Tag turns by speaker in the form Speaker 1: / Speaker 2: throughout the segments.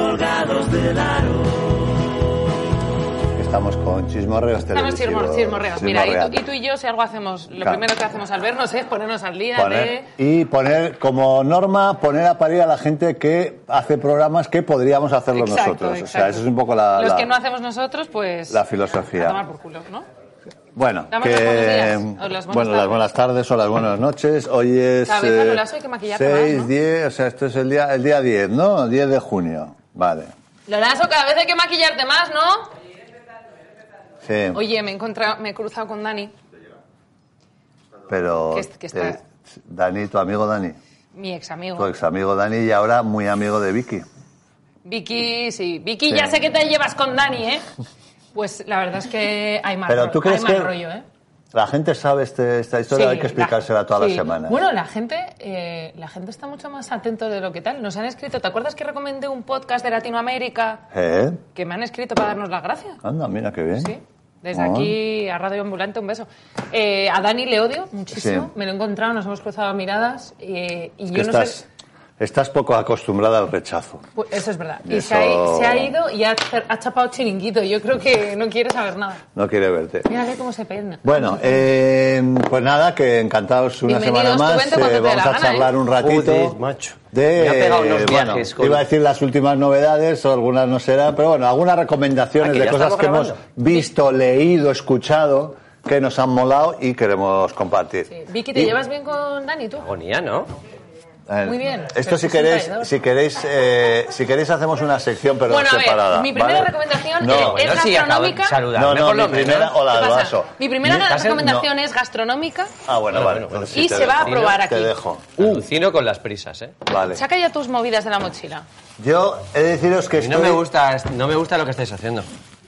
Speaker 1: colgados del aro.
Speaker 2: Estamos con chismorreos
Speaker 3: Estamos
Speaker 2: televisivos.
Speaker 3: chismor- chismorreos. Mira, y tú, y
Speaker 2: Chismorreando.
Speaker 3: tú y yo, si algo hacemos, lo
Speaker 2: Claro.
Speaker 3: primero que hacemos al vernos es ponernos al día
Speaker 2: Poner-
Speaker 3: de.
Speaker 2: y poner como norma, poner a parir a la gente que hace programas que podríamos hacerlo
Speaker 3: Exacto,
Speaker 2: nosotros. O sea,
Speaker 3: exacto.
Speaker 2: eso es un poco la,
Speaker 3: Los
Speaker 2: la-
Speaker 3: que no hacemos nosotros, pues.
Speaker 2: la
Speaker 3: A
Speaker 2: filosofía.
Speaker 3: tomar por culo, ¿no?
Speaker 2: Bueno,
Speaker 3: Damos
Speaker 2: que,
Speaker 3: los buenos días, o las buenas
Speaker 2: bueno, las
Speaker 3: tardes.
Speaker 2: buenas tardes o las buenas noches. Hoy es
Speaker 3: Cada vez a lo lazo hay que maquillarse más,
Speaker 2: 6,
Speaker 3: ¿no?
Speaker 2: 10, o sea, esto es el día, el día 10, ¿no? El 10 de junio. Vale.
Speaker 3: Lorazo, cada vez hay que maquillarte más, ¿no?
Speaker 2: Sí,
Speaker 3: Oye, me he, encontrado, me he cruzado con Dani,
Speaker 2: pero
Speaker 3: que es- que está-
Speaker 2: eh, Dani, tu amigo Dani,
Speaker 3: mi ex amigo.
Speaker 2: tu ex amigo Dani y ahora muy amigo de Vicky.
Speaker 3: Vicky, sí. Vicky,
Speaker 2: Sí.
Speaker 3: ya sé que te llevas con Dani, ¿eh? Pues la verdad es que hay mal,
Speaker 2: Pero
Speaker 3: ro-
Speaker 2: tú crees
Speaker 3: hay mal
Speaker 2: que
Speaker 3: rollo, ¿eh?
Speaker 2: la gente sabe este- esta historia,
Speaker 3: Sí,
Speaker 2: hay que explicársela toda la
Speaker 3: sí.
Speaker 2: semana. ¿eh?
Speaker 3: Bueno, la gente, eh, la gente está mucho más atento de lo que tal. Nos han escrito, ¿te acuerdas que recomendé un podcast de Latinoamérica
Speaker 2: ¿Eh?
Speaker 3: que me han escrito para darnos las gracias?
Speaker 2: Anda, mira qué bien.
Speaker 3: Sí. Desde
Speaker 2: Ah.
Speaker 3: aquí a Radio Ambulante, un beso. Eh, a Dani le odio muchísimo.
Speaker 2: Sí.
Speaker 3: Me lo he encontrado, nos hemos cruzado miradas eh, y
Speaker 2: Que
Speaker 3: yo no
Speaker 2: estás,
Speaker 3: sé.
Speaker 2: estás poco acostumbrada al rechazo.
Speaker 3: Pues eso es verdad.
Speaker 2: Eso-
Speaker 3: Y se ha, se ha ido y ha, ha chapado chiringuito. Yo creo que no quiere saber nada.
Speaker 2: No quiere verte.
Speaker 3: Mírale cómo se peina.
Speaker 2: Bueno, eh, pues nada, que encantados una
Speaker 3: Bienvenidos,
Speaker 2: semana
Speaker 3: tú
Speaker 2: más.
Speaker 3: vente cuando te dé
Speaker 2: vamos
Speaker 3: la
Speaker 2: a
Speaker 3: gana,
Speaker 2: charlar
Speaker 3: ¿eh?
Speaker 2: un ratito.
Speaker 4: Joder, macho.
Speaker 2: De,
Speaker 4: Me ha pegado unos
Speaker 2: eh, bueno,
Speaker 4: viajes con-
Speaker 2: Iba a decir las últimas novedades, o algunas no serán, pero bueno, algunas recomendaciones
Speaker 4: Ah, que
Speaker 2: de
Speaker 4: ya
Speaker 2: cosas
Speaker 4: estamos
Speaker 2: que hemos
Speaker 4: grabando.
Speaker 2: visto, leído, escuchado, que nos han molado y queremos compartir.
Speaker 3: Sí. Vicky, ¿te
Speaker 2: Y-
Speaker 3: llevas bien con Dani tú?
Speaker 4: Agonía, ¿no?
Speaker 2: Eh,
Speaker 3: Muy bien.
Speaker 2: Esto
Speaker 3: Pero
Speaker 2: si
Speaker 3: es un
Speaker 2: queréis,
Speaker 3: traidor.
Speaker 2: si queréis, eh, si queréis hacemos una sección pero
Speaker 3: Bueno, a ver,
Speaker 2: separada.
Speaker 3: mi primera
Speaker 2: ¿vale?
Speaker 3: recomendación
Speaker 2: No,
Speaker 3: es-
Speaker 2: bueno,
Speaker 3: es gastronómica.
Speaker 2: no,
Speaker 4: Saludarme
Speaker 2: no,
Speaker 4: por
Speaker 2: mi
Speaker 4: lo
Speaker 2: primera,
Speaker 4: menos. ¿eh?
Speaker 2: hola,
Speaker 3: ¿Qué
Speaker 2: al
Speaker 3: pasa?
Speaker 2: vaso.
Speaker 3: Mi primera
Speaker 4: Estás en-
Speaker 3: recomendación es gastronómica.
Speaker 2: Ah, bueno,
Speaker 4: Bueno,
Speaker 2: vale.
Speaker 4: bueno, bueno,
Speaker 2: entonces
Speaker 3: y
Speaker 2: sí te
Speaker 3: se va a
Speaker 2: dejo.
Speaker 3: probar aquí.
Speaker 2: Te dejo.
Speaker 4: Alucino con las prisas, ¿eh?
Speaker 2: Vale.
Speaker 3: Saca ya tus movidas de la mochila.
Speaker 2: Yo he de deciros que
Speaker 4: Y no
Speaker 2: estoy-
Speaker 4: me gusta, no me gusta lo que estáis haciendo.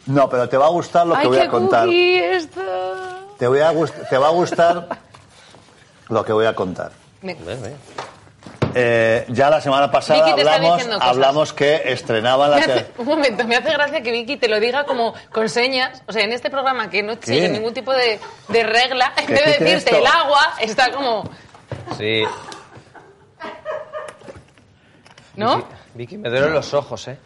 Speaker 2: No, pero te va a gustar lo que
Speaker 3: ¡Ay,
Speaker 2: voy
Speaker 3: qué
Speaker 2: a contar.
Speaker 3: cookie esto!
Speaker 2: Te, voy a gust- te va a gustar lo que voy a contar.
Speaker 3: Me-
Speaker 4: Ves, ves.
Speaker 2: Eh, ya la semana pasada
Speaker 3: Vicky te está
Speaker 2: hablamos,
Speaker 3: diciendo cosas.
Speaker 2: hablamos que estrenaban la
Speaker 3: me hace-
Speaker 2: ter-
Speaker 3: un momento, me hace gracia que Vicky te lo diga como con señas. O sea, en este programa que no sigue ningún tipo de, de regla, en
Speaker 2: ¿Qué
Speaker 3: vez de
Speaker 2: quita
Speaker 3: decirte
Speaker 2: esto?
Speaker 3: el agua, está como.
Speaker 4: Sí.
Speaker 3: ¿No?
Speaker 4: Vicky, Vicky, me duelen los ojos, ¿eh?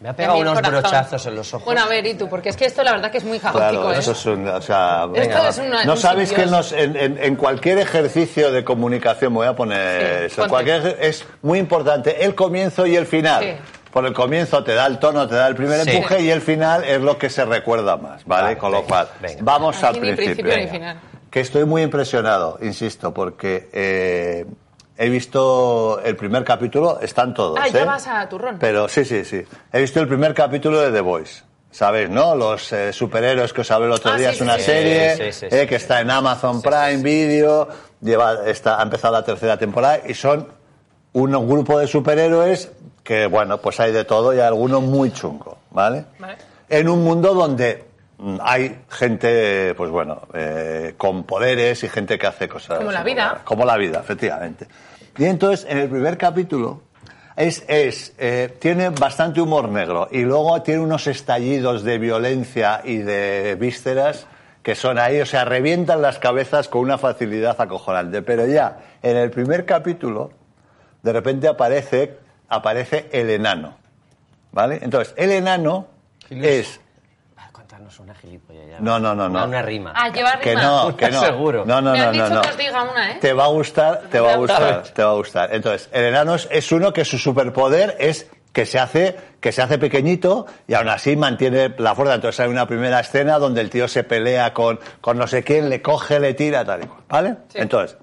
Speaker 4: Me ha pegado
Speaker 3: Y a mí el
Speaker 4: unos
Speaker 3: corazón.
Speaker 4: brochazos en los ojos.
Speaker 3: Bueno, a ver, ¿y tú? Porque es que esto la verdad que es muy caótico,
Speaker 2: Claro,
Speaker 3: ¿eh?
Speaker 2: eso es un. O sea,
Speaker 3: Esto
Speaker 2: va.
Speaker 3: es una-
Speaker 2: no
Speaker 3: un
Speaker 2: sabéis que
Speaker 3: simbios.
Speaker 2: nos- en, en- en cualquier ejercicio de comunicación, me voy a poner
Speaker 3: Sí,
Speaker 2: eso,
Speaker 3: ponte.
Speaker 2: cualquier- es muy importante el comienzo y el final.
Speaker 3: Sí.
Speaker 2: Por el comienzo te da el tono, te da el primer
Speaker 4: Sí.
Speaker 2: empuje y el final es lo que se recuerda más, ¿vale?
Speaker 4: Vale,
Speaker 2: Con lo
Speaker 4: venga,
Speaker 2: cual,
Speaker 4: venga.
Speaker 2: vamos
Speaker 3: Aquí
Speaker 2: al
Speaker 3: ni
Speaker 2: principio.
Speaker 3: principio ni
Speaker 2: Venga.
Speaker 3: final.
Speaker 2: Que estoy muy impresionado, insisto, porque eh, he visto el primer capítulo, están todos.
Speaker 3: Ah, ya
Speaker 2: ¿eh?
Speaker 3: vas a turrón.
Speaker 2: Pero sí, sí, sí. He visto el primer capítulo de The Voice. ¿Sabéis, no? Los eh, superhéroes que os hablé el otro
Speaker 3: Ah,
Speaker 2: día.
Speaker 3: sí,
Speaker 2: es una
Speaker 3: sí, sí.
Speaker 2: serie
Speaker 4: Sí, sí, sí,
Speaker 2: eh,
Speaker 4: sí,
Speaker 2: que está en Amazon Prime Video. Lleva, está, ha empezado la tercera temporada y son un grupo de superhéroes que, bueno, pues hay de todo y hay algunos muy chungo, ¿vale?
Speaker 3: Vale.
Speaker 2: En un mundo donde mm, hay gente, pues bueno, eh, con poderes y gente que hace cosas.
Speaker 3: Como la vida.
Speaker 2: Como la vida, efectivamente. Y entonces, en el primer capítulo, es, es, eh, tiene bastante humor negro y luego tiene unos estallidos de violencia y de vísceras que son ahí, o sea, revientan las cabezas con una facilidad acojonante. Pero ya, en el primer capítulo, de repente aparece, aparece el enano. ¿Vale? Entonces, el enano es.
Speaker 4: Ah, Contarnos una gilipollas ya.
Speaker 2: No, no, no, no.
Speaker 4: Una, una rima.
Speaker 3: Ah, lleva rima.
Speaker 2: Que no, que no.
Speaker 4: Seguro.
Speaker 2: No, no,
Speaker 3: Me
Speaker 2: no,
Speaker 3: han
Speaker 2: no,
Speaker 3: dicho
Speaker 2: no.
Speaker 3: que os diga una, ¿eh?
Speaker 2: Te va a gustar, te va a
Speaker 3: Me encanta.
Speaker 2: gustar, te va a gustar. Entonces, el enano es, es uno que su superpoder es que se hace que se hace pequeñito y aún así mantiene la fuerza. Entonces hay una primera escena donde el tío se pelea con, con no sé quién, le coge, le tira, tal y cual. ¿Vale? Entonces,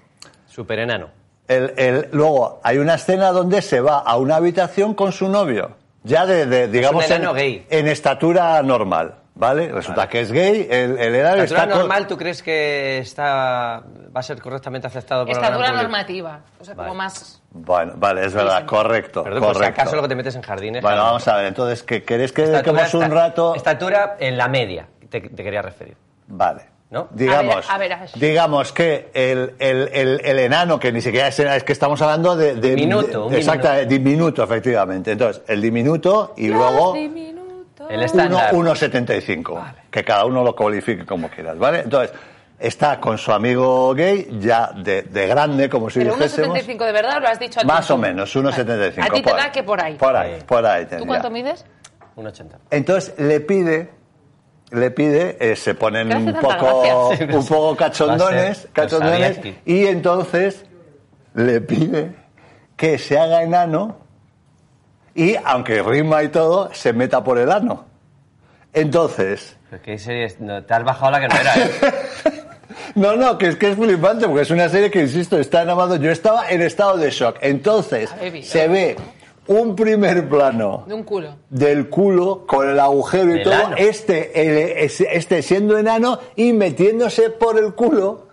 Speaker 4: Super enano.
Speaker 2: el- el- luego hay una escena donde se va a una habitación con su novio, ya de, de, digamos,
Speaker 4: un enano
Speaker 2: en,
Speaker 4: gay.
Speaker 2: en estatura normal, ¿vale? Resulta que es gay, el, el enano
Speaker 4: ¿Estatura
Speaker 2: está con-
Speaker 4: normal tú crees que está va a ser correctamente aceptado por la gran
Speaker 3: Estatura
Speaker 4: público?
Speaker 3: normativa. O sea, como
Speaker 4: Vale.
Speaker 3: más.
Speaker 2: Bueno, vale, es verdad,
Speaker 3: Sí, sí.
Speaker 2: correcto,
Speaker 4: Perdón, por si
Speaker 2: correcto.
Speaker 4: acaso lo que te metes en jardines.
Speaker 2: Bueno,
Speaker 4: Javi.
Speaker 2: vamos a ver, entonces, ¿que ¿queréis que
Speaker 4: Estatura-
Speaker 2: dediquemos un
Speaker 4: esta-
Speaker 2: rato?
Speaker 4: Estatura en la media, te, te quería referir.
Speaker 2: Vale.
Speaker 4: ¿No?
Speaker 2: Digamos,
Speaker 3: A ver, a ver, Ash.
Speaker 2: digamos que el, el- el- el enano, que ni siquiera es, enano, es que estamos hablando de... de
Speaker 4: Diminuto, un
Speaker 2: Exacto, diminuto, efectivamente. Entonces, el diminuto y luego...
Speaker 3: Diminuto.
Speaker 4: El
Speaker 2: Uno-
Speaker 4: estándar.
Speaker 2: 1,75. Que cada uno lo cualifique como quieras, ¿vale? Entonces, Está con su amigo gay, ya de, de grande, como si
Speaker 3: Pero
Speaker 2: dijésemos.
Speaker 3: 1,75 de verdad, lo has dicho a ti.
Speaker 2: Más o menos, 1,75.
Speaker 3: A ti te
Speaker 2: por
Speaker 3: da
Speaker 2: ahí.
Speaker 3: que por ahí.
Speaker 2: Por ahí, por ahí.
Speaker 3: ¿Tú
Speaker 2: tendría.
Speaker 3: cuánto mides?
Speaker 4: Un 80.
Speaker 2: Entonces le pide, le pide, eh, se ponen
Speaker 3: ¿Qué hace
Speaker 2: un
Speaker 3: tanta
Speaker 2: poco,
Speaker 4: gracia?
Speaker 2: un poco
Speaker 4: Va a
Speaker 2: cachondones,
Speaker 4: ser
Speaker 2: cachondones,
Speaker 4: Dostoyevsky.
Speaker 2: y entonces le pide que se haga enano y, aunque rima y todo, se meta por el ano. Entonces,
Speaker 4: Pero qué serie es- no, te has bajado la que no era, ¿eh?
Speaker 2: no, no, que es que es flipante, porque es una serie que, insisto, está en Amazon. Yo estaba en estado de shock. Entonces,
Speaker 3: Haber visto.
Speaker 2: se ve un primer plano
Speaker 3: De un culo.
Speaker 2: del culo con el agujero y
Speaker 4: Del
Speaker 2: todo,
Speaker 4: ano.
Speaker 2: este, el- es- este siendo enano y metiéndose por el culo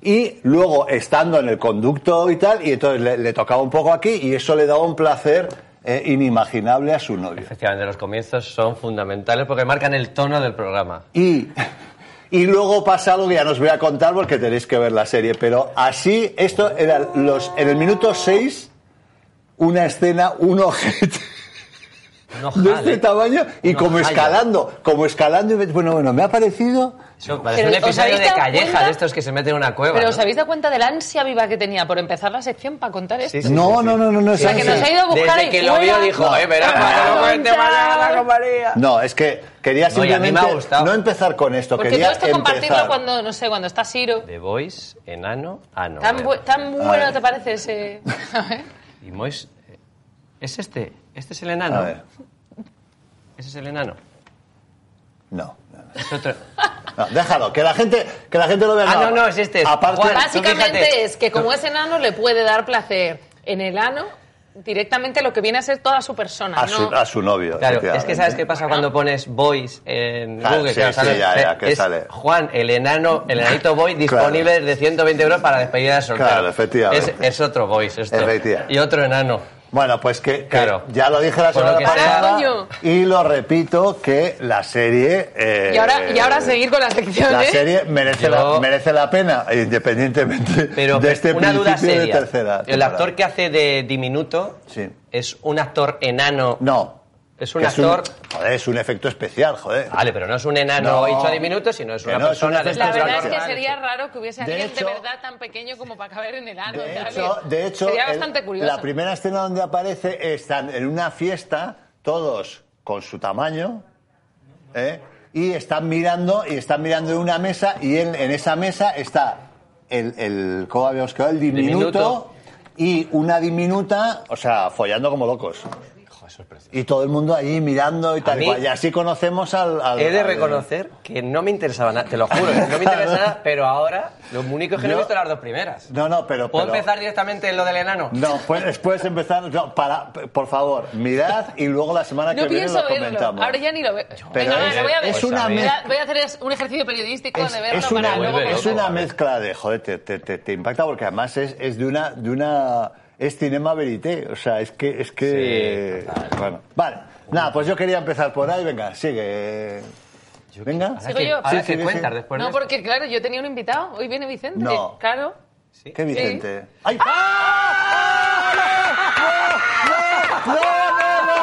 Speaker 2: y luego estando en el conducto y tal, y entonces le, le tocaba un poco aquí y eso le daba un placer eh, inimaginable a su novio.
Speaker 4: Efectivamente, los comienzos son fundamentales porque marcan el tono del programa.
Speaker 2: Y, y luego pasa algo que ya no os voy a contar porque tenéis que ver la serie, pero así, esto era los, en el minuto 6, una escena, un ojete.
Speaker 4: No
Speaker 2: de
Speaker 4: jale.
Speaker 2: este tamaño y
Speaker 4: Una
Speaker 2: como
Speaker 4: jaya.
Speaker 2: escalando, como escalando. y Bueno, bueno, me ha parecido.
Speaker 4: Eso parece un
Speaker 3: Pero, ¿os
Speaker 4: episodio
Speaker 3: habéis
Speaker 4: de
Speaker 3: dado
Speaker 4: calleja
Speaker 3: cuenta?
Speaker 4: de estos que se meten en una cueva.
Speaker 3: Pero
Speaker 4: ¿no?
Speaker 3: ¿os habéis dado cuenta del ansia viva que tenía por empezar la sección para contar esto?
Speaker 4: Sí,
Speaker 2: no,
Speaker 4: sí,
Speaker 2: no,
Speaker 4: sí.
Speaker 2: no, no, no,
Speaker 3: O sea, que
Speaker 2: Sánchez.
Speaker 3: nos ha ido a buscar
Speaker 4: Desde
Speaker 3: ahí
Speaker 4: que lo
Speaker 3: fuera.
Speaker 4: vio dijo,
Speaker 2: No.
Speaker 4: eh, verá,
Speaker 3: Ah,
Speaker 4: para no
Speaker 3: concha.
Speaker 4: te vaya a la compañía.
Speaker 2: No, es que quería
Speaker 4: No, y a mí me ha
Speaker 2: simplemente
Speaker 4: gustado.
Speaker 2: no empezar con esto,
Speaker 3: Porque
Speaker 2: quería
Speaker 3: todo esto compartirlo
Speaker 2: empezar.
Speaker 3: cuando, no sé, cuando está Siro.
Speaker 4: De Boys, enano, Ah, ano.
Speaker 3: Tan, bu- tan bueno
Speaker 2: ver.
Speaker 3: te parece ese... A ver.
Speaker 4: Y Mois... eh, Es este. Este es el
Speaker 2: A
Speaker 4: enano.
Speaker 2: ver,
Speaker 4: Ese es el enano.
Speaker 2: no.
Speaker 4: Es otro.
Speaker 2: No, déjalo, que la gente, que la gente lo vea.
Speaker 4: Ah, no, no, es este, es
Speaker 2: Aparte,
Speaker 4: Juan. Tú
Speaker 3: Básicamente
Speaker 4: fíjate.
Speaker 3: es que como es enano le puede dar placer en el ano directamente lo que viene a ser toda su persona.
Speaker 2: a,
Speaker 3: ¿no?
Speaker 2: su, a su novio.
Speaker 4: Claro, es que
Speaker 2: efectivamente.
Speaker 4: sabes qué pasa cuando pones boys en
Speaker 2: Claro,
Speaker 4: Google.
Speaker 2: sí,
Speaker 4: Claro,
Speaker 2: sí,
Speaker 4: sale-
Speaker 2: ya, ya, que
Speaker 4: es
Speaker 2: sale.
Speaker 4: Juan, el enano, el enanito boy disponible
Speaker 2: Claro.
Speaker 4: de 120 euros para despedida de soltero.
Speaker 2: Claro, efectivamente.
Speaker 4: Es, es otro boys, esto.
Speaker 2: Efectivamente.
Speaker 4: Y otro enano.
Speaker 2: Bueno, pues que, que
Speaker 4: Claro.
Speaker 2: ya lo dije la
Speaker 4: Por lo
Speaker 2: semana
Speaker 4: que sea.
Speaker 2: pasada
Speaker 3: Coño.
Speaker 2: y lo repito que la serie eh,
Speaker 3: Y ahora, y ahora seguir con la sección,
Speaker 2: La
Speaker 3: ¿eh?
Speaker 2: serie merece, la,
Speaker 4: Yo-
Speaker 2: merece la pena, independientemente
Speaker 4: Pero
Speaker 2: de este
Speaker 4: una duda
Speaker 2: principio
Speaker 4: seria.
Speaker 2: de tercera.
Speaker 4: el
Speaker 2: temporada.
Speaker 4: actor que hace de diminuto
Speaker 2: Sí.
Speaker 4: es un actor enano.
Speaker 2: No.
Speaker 4: Es un
Speaker 2: Que
Speaker 4: actor.
Speaker 2: joder, es un efecto especial, joder.
Speaker 4: Vale, pero no es un enano
Speaker 2: No.
Speaker 4: hecho a diminuto, sino es
Speaker 2: Que
Speaker 4: una
Speaker 2: no, es
Speaker 4: persona
Speaker 2: una
Speaker 4: de este
Speaker 3: La
Speaker 2: Esto
Speaker 4: estatura
Speaker 3: verdad es
Speaker 2: natural,
Speaker 3: que
Speaker 4: normal.
Speaker 3: sería raro que hubiese
Speaker 2: De
Speaker 3: alguien
Speaker 2: hecho-
Speaker 3: de verdad tan pequeño como para caber en el ano.
Speaker 2: De
Speaker 3: ¿sabes?
Speaker 2: hecho, de hecho,
Speaker 3: sería
Speaker 2: el-
Speaker 3: bastante curioso.
Speaker 2: la primera escena donde aparece están en una fiesta, todos con su tamaño, ¿eh? y están mirando, y están mirando en una mesa, y en, en esa mesa está el, el ¿cómo habíamos quedado? El diminuto,
Speaker 4: Diminuto.
Speaker 2: y una diminuta, o sea, follando como locos.
Speaker 4: Joder, eso es precioso.
Speaker 2: Y todo el mundo allí mirando y tal y
Speaker 4: mí-
Speaker 2: cual. Y así conocemos al... al-
Speaker 4: He de
Speaker 2: al-
Speaker 4: reconocer que no me interesaba nada, te lo juro, no me interesa nada, pero ahora lo único es que no he
Speaker 2: Yo-
Speaker 4: visto las dos primeras.
Speaker 2: No, no, pero...
Speaker 4: ¿Puedo
Speaker 2: pero-
Speaker 4: empezar directamente en lo del enano?
Speaker 2: No, pues después empezar. no, para, por favor, mirad y luego la semana que
Speaker 3: No
Speaker 2: viene
Speaker 3: pienso
Speaker 2: lo
Speaker 3: verlo.
Speaker 2: comentamos.
Speaker 3: Ahora ya ni lo veo.
Speaker 2: Pero
Speaker 3: Venga, va,
Speaker 2: es-
Speaker 3: lo voy a ver.
Speaker 2: es una
Speaker 3: voy, a,
Speaker 2: mez-
Speaker 3: voy a hacer es- un ejercicio periodístico
Speaker 2: Es,
Speaker 3: de verlo
Speaker 2: es
Speaker 3: para
Speaker 2: una,
Speaker 3: luego.
Speaker 4: vuelve
Speaker 2: es
Speaker 3: comentar.
Speaker 4: loco.
Speaker 2: una mezcla de. Joder, te, te- te- te impacta porque además es, es de una. De una es cinema verité. O sea, es que. Es que bueno, vale. Nada, pues yo quería empezar por ahí. Venga, sigue. Venga.
Speaker 4: Ahora
Speaker 3: Sigo
Speaker 4: que-
Speaker 3: yo.
Speaker 4: ahora
Speaker 3: Sí,
Speaker 4: que
Speaker 2: sí, sí.
Speaker 4: cuentas después de
Speaker 3: No,
Speaker 4: esto.
Speaker 3: porque claro, yo tenía un invitado. Hoy viene Vicente.
Speaker 2: No.
Speaker 3: Claro.
Speaker 4: Sí.
Speaker 2: ¿Qué Vicente? ¡Ay! ¡No, no, no, no,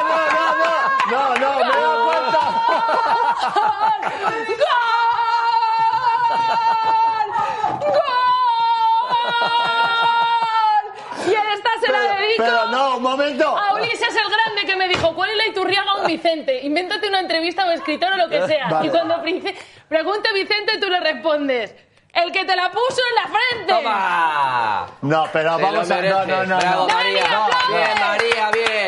Speaker 2: no! ¡No, no, me he dado cuenta!
Speaker 3: Y en esta se la dedico
Speaker 2: Pero no, un momento.
Speaker 3: a Ulises el Grande que me dijo, ¿cuál es la Iturriaga o un Vicente? Invéntate una entrevista o escritor o lo que sea.
Speaker 2: Vale.
Speaker 3: Y cuando Prince- pregunte Vicente, tú le respondes, el que te la puso en la frente.
Speaker 4: ¡Toma!
Speaker 2: No, pero
Speaker 4: Te lo
Speaker 2: vamos a. No,
Speaker 4: mereces.
Speaker 2: no, no.
Speaker 4: Bravo,
Speaker 2: no.
Speaker 3: ¡Dale,
Speaker 4: María.
Speaker 3: aplaude!
Speaker 4: bien, María, bien.